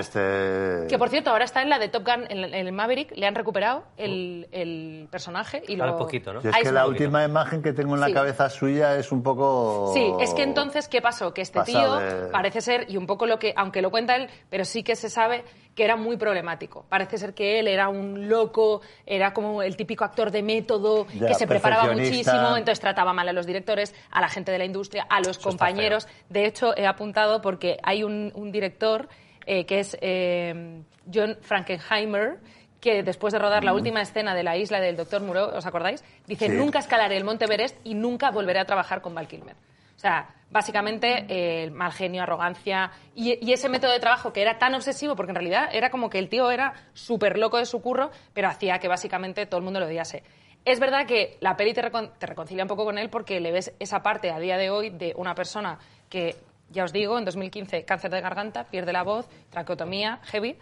Speaker 2: este...
Speaker 3: Que por cierto, ahora está en la de Top Gun, en, en el Maverick, le han recuperado el, el personaje y
Speaker 4: Ahora
Speaker 3: lo...
Speaker 4: poquito, ¿no?
Speaker 2: Oh. Yo es
Speaker 3: Ah,
Speaker 2: que
Speaker 3: es
Speaker 2: la
Speaker 3: muy-
Speaker 2: última imagen que tengo en la
Speaker 3: Sí.
Speaker 2: cabeza suya es un poco...
Speaker 3: Sí, es que entonces, ¿qué pasó? Que este
Speaker 2: Pasado
Speaker 3: tío
Speaker 2: de-
Speaker 3: parece ser, y un poco lo que, aunque lo cuenta él, pero sí que se sabe que era muy problemático. Parece ser que él era un loco, era como el típico actor de método,
Speaker 2: Ya,
Speaker 3: que se preparaba
Speaker 2: perfeccionista.
Speaker 3: muchísimo, entonces trataba mal a los directores, a la gente de la industria, a los
Speaker 4: está
Speaker 3: compañeros. De hecho, he apuntado porque hay un, un director eh, que es eh, John Frankenheimer que después de rodar la última escena de la isla del doctor Muro, ¿os acordáis? Dice,
Speaker 2: Mm. Sí.
Speaker 3: nunca escalaré el Monte Everest y nunca volveré a trabajar con Val Kilmer. O sea, básicamente eh, el mal genio, arrogancia y, y ese método de trabajo que era tan obsesivo, porque en realidad era como que el tío era súper loco de su curro, pero hacía que básicamente todo el mundo lo odiase. Es verdad que la peli te, recon- te reconcilia un poco con él porque le ves esa parte a día de hoy de una persona que, ya os digo, en 2015 cáncer de garganta, pierde la voz, traqueotomía, heavy,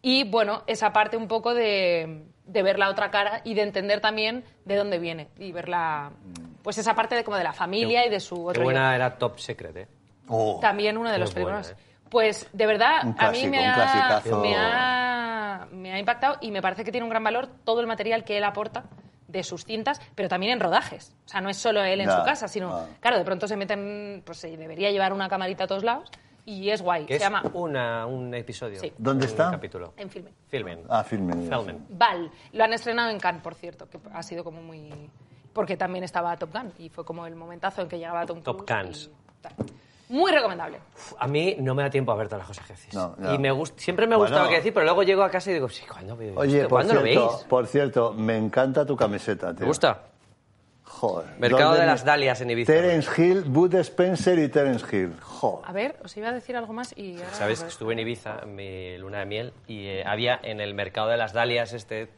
Speaker 3: y bueno, esa parte un poco de, de ver la otra cara y de entender también de dónde viene y ver la, pues esa parte de como de la familia y de su
Speaker 4: Mm. Qué
Speaker 3: otro
Speaker 4: buena era Top Secret, ¿eh?
Speaker 2: Oh,
Speaker 3: también uno de
Speaker 4: Qué
Speaker 3: los
Speaker 4: buena,
Speaker 3: primeros.
Speaker 4: eh.
Speaker 3: Pues de verdad,
Speaker 2: Un
Speaker 3: a mí
Speaker 2: clásico,
Speaker 3: me
Speaker 2: un
Speaker 3: ha,
Speaker 2: clasicazo.
Speaker 3: me ha- me ha impactado y me parece que tiene un gran valor todo el material que él aporta de sus cintas, pero también en rodajes. O sea, no es solo él en
Speaker 2: Ya,
Speaker 3: su casa, sino,
Speaker 2: ah.
Speaker 3: claro, de pronto se meten, pues se debería llevar una camarita a todos lados y es guay.
Speaker 4: Que
Speaker 3: Se
Speaker 4: es
Speaker 3: llama
Speaker 4: una, un episodio.
Speaker 3: Sí.
Speaker 2: ¿Dónde
Speaker 4: un
Speaker 2: está?
Speaker 4: capítulo.
Speaker 3: En filme.
Speaker 4: Filmen.
Speaker 2: Ah, filmen.
Speaker 4: Filmen.
Speaker 3: Val. Lo han estrenado en Cannes, por cierto, que ha sido como muy... Porque también estaba Top Gun y fue como el momentazo en que llegaba Tom
Speaker 4: Top
Speaker 3: Cruise
Speaker 4: Guns.
Speaker 3: y tal. Muy recomendable.
Speaker 4: Uf, A mí no me da tiempo a ver todas las cosas que hacéis.
Speaker 2: No, ya.
Speaker 4: Y me gust- siempre me ha
Speaker 2: Bueno.
Speaker 4: gustado que decís, pero luego llego a casa y digo, sí, ¿cuándo veo
Speaker 2: Oye,
Speaker 4: esto?
Speaker 2: por
Speaker 4: ¿Cuándo
Speaker 2: cierto,
Speaker 4: lo veis?
Speaker 2: por cierto, me encanta tu camiseta, tío.
Speaker 4: ¿Te gusta?
Speaker 2: Joder.
Speaker 4: Mercado
Speaker 2: ¿Dónde
Speaker 4: de
Speaker 2: me-
Speaker 4: las Dalias en Ibiza.
Speaker 2: Terence Hill, Bud Spencer y Terence Hill. Joder.
Speaker 3: A ver, os iba a decir algo más y... ahora-
Speaker 4: Sabéis que estuve en Ibiza, en mi luna de miel, y eh, había en el mercado de las Dalias, este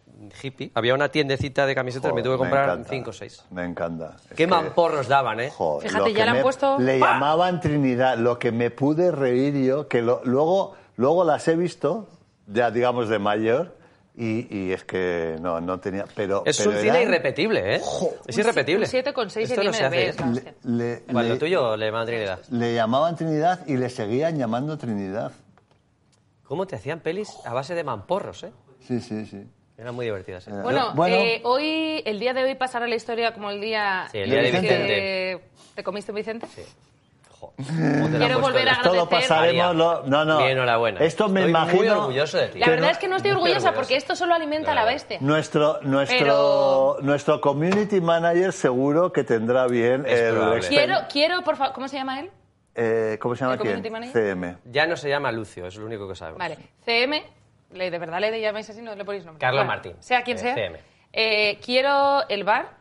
Speaker 4: hippie, había una tiendecita de camisetas,
Speaker 2: Joder,
Speaker 4: me tuve que comprar
Speaker 2: encanta.
Speaker 4: 5 o 6.
Speaker 2: Me encanta. Es
Speaker 4: Qué
Speaker 2: que-
Speaker 4: mamporros daban, ¿eh?
Speaker 2: Joder,
Speaker 3: Fíjate,
Speaker 2: lo
Speaker 3: ya
Speaker 2: que
Speaker 3: le han
Speaker 2: me-
Speaker 3: puesto-
Speaker 2: Le
Speaker 3: ¡Pa!
Speaker 2: llamaban Trinidad. Lo que me pude reír yo, que lo- luego, luego las he visto, ya digamos de mayor, y, y es que no, no tenía. Pero,
Speaker 4: Es
Speaker 2: pero
Speaker 4: un
Speaker 2: eran-
Speaker 4: cine irrepetible, ¿eh? Es irrepetible.
Speaker 3: Un 7,6
Speaker 4: Esto
Speaker 3: en
Speaker 4: no se hace.
Speaker 3: IMDb,
Speaker 4: ¿eh?
Speaker 3: claro.
Speaker 2: Le, le-
Speaker 4: Bueno,
Speaker 2: le-
Speaker 4: lo tuyo, le llaman Trinidad.
Speaker 2: le llamaban Trinidad y le seguían llamando Trinidad.
Speaker 4: ¿Cómo te hacían pelis a base de mamporros, eh?
Speaker 2: Sí, sí, sí.
Speaker 4: Eran muy divertidas. ¿eh?
Speaker 3: Bueno,
Speaker 2: Bueno.
Speaker 3: eh, hoy, el día de hoy pasará la historia como el día,
Speaker 4: Sí, el día
Speaker 2: de
Speaker 3: que
Speaker 4: Vicente.
Speaker 3: te comiste un Vicente.
Speaker 4: Jo, ¿cómo te la han
Speaker 3: Quiero
Speaker 4: puesto
Speaker 3: volver
Speaker 4: en
Speaker 3: a
Speaker 4: las-
Speaker 3: agradecer-
Speaker 2: Todo pasaremos. lo- no, no.
Speaker 4: Bien, enhorabuena.
Speaker 2: Esto me
Speaker 4: Estoy muy
Speaker 2: imagino.
Speaker 4: orgulloso de ti.
Speaker 3: La
Speaker 4: Que
Speaker 3: verdad es que no estoy
Speaker 4: estoy
Speaker 3: orgullosa
Speaker 4: orgulloso.
Speaker 3: porque esto solo alimenta a la bestia.
Speaker 2: Nuestro, nuestro,
Speaker 3: Pero-
Speaker 2: nuestro community manager seguro que tendrá bien
Speaker 4: Es
Speaker 2: el
Speaker 4: probable.
Speaker 2: expen-
Speaker 3: Quiero, quiero, por favor, ¿cómo se llama él?
Speaker 2: eh, ¿Cómo se llama
Speaker 3: ¿El community
Speaker 2: quién?
Speaker 3: manager?
Speaker 2: CM.
Speaker 4: Ya no se llama Lucio, es lo único que sabemos.
Speaker 3: Vale, CM, le, de verdad le llamáis así, no le ponéis nombre.
Speaker 4: Carla
Speaker 3: Bueno,
Speaker 4: Martín.
Speaker 3: Sea quien
Speaker 4: Eh,
Speaker 3: sea.
Speaker 4: CM.
Speaker 3: Eh, quiero el bar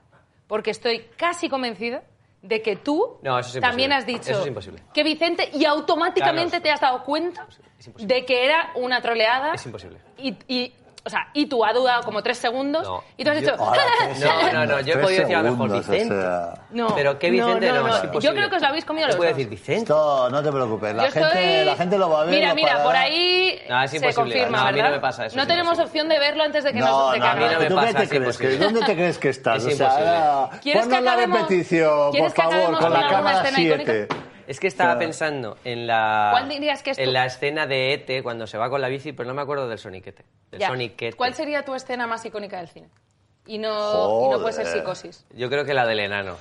Speaker 3: porque estoy casi convencida de que tú
Speaker 4: No, eso es imposible.
Speaker 3: también has dicho
Speaker 4: Eso es imposible.
Speaker 3: que Vicente y automáticamente
Speaker 4: Carlos.
Speaker 3: te has dado cuenta
Speaker 4: Es imposible.
Speaker 3: de que era una troleada.
Speaker 4: Es imposible.
Speaker 3: Y, y- o sea, y tú has dudado como tres segundos
Speaker 4: No.
Speaker 3: y tú has
Speaker 4: Yo-
Speaker 3: dicho...
Speaker 2: Ahora, tres
Speaker 4: No, no, no,
Speaker 2: segundos,
Speaker 4: yo he
Speaker 2: tres
Speaker 4: podido decir a lo mejor
Speaker 2: segundos, o
Speaker 4: Vicente.
Speaker 2: sea.
Speaker 3: No,
Speaker 4: Pero que
Speaker 3: no,
Speaker 4: Vicente
Speaker 3: no,
Speaker 4: no,
Speaker 3: no.
Speaker 4: es imposible.
Speaker 3: Yo creo que os lo habéis comido
Speaker 4: No
Speaker 3: los
Speaker 4: puedo
Speaker 3: dos.
Speaker 4: decir Vicente.
Speaker 2: Esto, no te preocupes. La,
Speaker 3: Yo
Speaker 2: gente,
Speaker 3: estoy-
Speaker 2: la gente lo va a ver.
Speaker 3: Mira,
Speaker 2: lo
Speaker 3: mira,
Speaker 2: parará.
Speaker 3: por ahí
Speaker 4: No, es
Speaker 3: se
Speaker 4: imposible.
Speaker 3: confirma,
Speaker 4: No, a mí
Speaker 3: ¿verdad?
Speaker 4: no me pasa eso,
Speaker 3: No
Speaker 4: es
Speaker 3: tenemos
Speaker 4: imposible.
Speaker 3: opción de verlo antes de que
Speaker 2: No,
Speaker 3: nos
Speaker 2: no,
Speaker 3: te cagas.
Speaker 4: no me
Speaker 2: ¿Tú qué
Speaker 4: pasa,
Speaker 2: te
Speaker 4: es
Speaker 2: crees? que-
Speaker 4: imposible.
Speaker 2: ¿Dónde te crees que estás?
Speaker 4: Es
Speaker 2: o sea,
Speaker 4: imposible.
Speaker 2: ahora,
Speaker 3: ¿Quieres que
Speaker 2: ponnos la
Speaker 3: acabemos-
Speaker 2: repetición, por
Speaker 3: ¿Quieres que
Speaker 2: favor,
Speaker 3: acabemos
Speaker 2: con
Speaker 4: con
Speaker 2: la
Speaker 4: alguna
Speaker 2: cámara
Speaker 3: escena
Speaker 2: 7.
Speaker 3: icónica?
Speaker 4: Es que estaba
Speaker 2: Claro.
Speaker 4: pensando en la.
Speaker 3: ¿Cuál dirías que es tu-
Speaker 4: En la escena de Ete cuando se va con la bici, pero no me acuerdo del soniquete. Del
Speaker 3: Ya.
Speaker 4: soniquete.
Speaker 3: ¿Cuál sería tu escena más icónica del cine? Y no, y no
Speaker 2: Joder.
Speaker 3: puede ser psicosis.
Speaker 4: Yo creo que la del enano.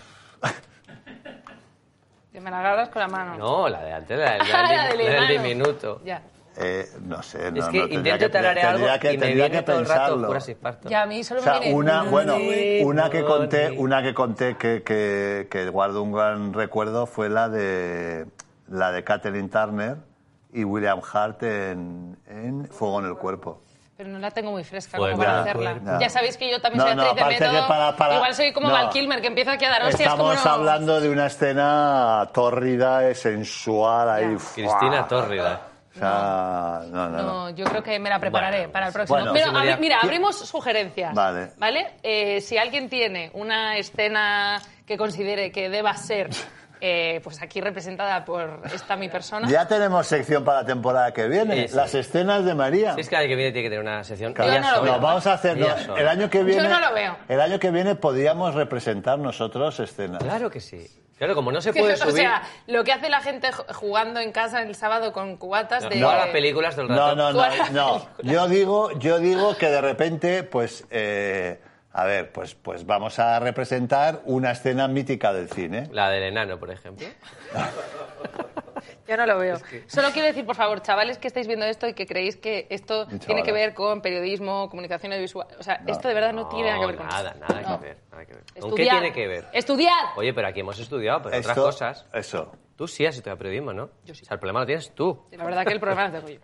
Speaker 3: Que me la agarras con la mano.
Speaker 4: No, la de antes, la, del-
Speaker 3: Ah,
Speaker 4: la
Speaker 3: la
Speaker 4: del,
Speaker 3: del
Speaker 4: la del
Speaker 3: enano.
Speaker 4: diminuto.
Speaker 3: Ya,
Speaker 2: Eh, no sé, no,
Speaker 4: es que
Speaker 2: no, tendría
Speaker 4: intento tararear
Speaker 2: tendría
Speaker 4: algo
Speaker 2: que-
Speaker 4: y me
Speaker 2: tendría
Speaker 4: viene
Speaker 2: que
Speaker 4: todo el rato
Speaker 2: pensarlo.
Speaker 4: puras infartos.
Speaker 3: ya a mí solo
Speaker 2: O sea,
Speaker 3: me viene...
Speaker 2: una, bueno, una que conté,
Speaker 4: Bonito.
Speaker 2: una que conté que, que, que guardo un gran recuerdo fue la de la de Kathleen Turner y William Hart en, en Fuego en el cuerpo.
Speaker 3: pero no la tengo muy fresca
Speaker 4: Pues
Speaker 3: como para
Speaker 2: nada,
Speaker 3: hacerla.
Speaker 2: pues nada.
Speaker 3: Ya sabéis que yo también
Speaker 2: No,
Speaker 3: soy
Speaker 2: no,
Speaker 3: actriz de
Speaker 2: aparte que
Speaker 3: método.
Speaker 2: para- para-
Speaker 3: Igual soy como
Speaker 2: no.
Speaker 3: Val Kilmer, que empieza aquí a dar hostias como
Speaker 2: Estamos
Speaker 3: no-
Speaker 2: hablando de una escena tórrida, sensual, ahí. ¡fua!
Speaker 4: Cristina Tórrida.
Speaker 2: O sea, no, no, no.
Speaker 3: No, yo creo que me la prepararé
Speaker 4: Bueno,
Speaker 3: para el próximo.
Speaker 2: bueno,
Speaker 3: Pero,
Speaker 4: próximo
Speaker 3: abri-
Speaker 4: día.
Speaker 3: mira, abrimos sugerencias.
Speaker 2: Vale.
Speaker 3: Eh, si alguien tiene una escena que considere que deba ser eh, pues aquí representada por esta mi persona.
Speaker 2: Ya tenemos sección para la temporada que viene.
Speaker 4: Sí, sí.
Speaker 2: Las escenas de María.
Speaker 4: Si es que el que viene tiene que tener una sección.
Speaker 3: Yo
Speaker 4: ella
Speaker 3: no lo
Speaker 4: sola.
Speaker 2: No, vamos a hacer. no,
Speaker 4: Ella sola.
Speaker 2: el año que viene.
Speaker 3: no lo veo.
Speaker 2: El año que viene podríamos representar nosotros escenas.
Speaker 4: Claro que sí. Claro, como no se
Speaker 3: Que,
Speaker 4: puede
Speaker 3: o
Speaker 4: subir.
Speaker 3: sea, lo que hace la gente ju- jugando en casa el sábado con cubatas
Speaker 4: no,
Speaker 3: de...
Speaker 4: todas las películas del rato.
Speaker 2: No, no, no,
Speaker 3: Toda la
Speaker 2: no. Yo digo, yo digo que de repente, pues, eh, a ver, pues, pues vamos a representar una escena mítica del cine.
Speaker 4: La del enano, por ejemplo.
Speaker 3: Yo no lo veo. Solo quiero decir, por favor, chavales que estáis viendo esto y que creéis que esto tiene
Speaker 2: chavala.
Speaker 3: que ver con periodismo, comunicación audiovisual. O sea, esto de verdad no, tiene nada que ver con
Speaker 4: nada,
Speaker 3: esto.
Speaker 4: nada
Speaker 3: No.
Speaker 4: que ver. Nada que ver. ¿Con qué
Speaker 3: Estudiad.
Speaker 4: tiene que ver?
Speaker 3: ¡Estudiad!
Speaker 4: Oye, pero aquí hemos estudiado, pero Pues otras
Speaker 2: Esto-
Speaker 4: cosas.
Speaker 2: Eso.
Speaker 4: Tú sí has estudiado periodismo, ¿no?
Speaker 3: Yo sí.
Speaker 4: O sea, el problema lo tienes tú.
Speaker 3: La verdad que el problema es de Goyo.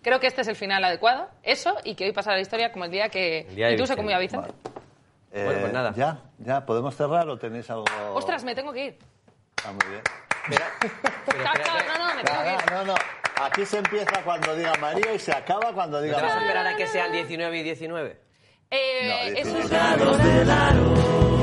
Speaker 3: Creo que este es el final adecuado. Eso, y que hoy pasará la historia como el día que
Speaker 4: El día de
Speaker 3: Intruso
Speaker 4: Vicente.
Speaker 3: comió a Vicente.
Speaker 2: Eh,
Speaker 4: Bueno, pues nada.
Speaker 2: Ya, ya, ¿podemos cerrar o tenéis algo?
Speaker 3: Ostras, me tengo que ir.
Speaker 2: Ah, muy bien.
Speaker 4: Pero
Speaker 3: Chao,
Speaker 4: espérate,
Speaker 3: chao, no, no, me tengo que ir.
Speaker 2: Nada, no, no. Aquí se empieza cuando diga María y se acaba cuando
Speaker 4: ¿no
Speaker 2: diga
Speaker 4: te vas a
Speaker 2: María.
Speaker 4: esperar a que sean 19 y 19?
Speaker 3: Eh,
Speaker 2: No,
Speaker 3: es un-
Speaker 1: del aro.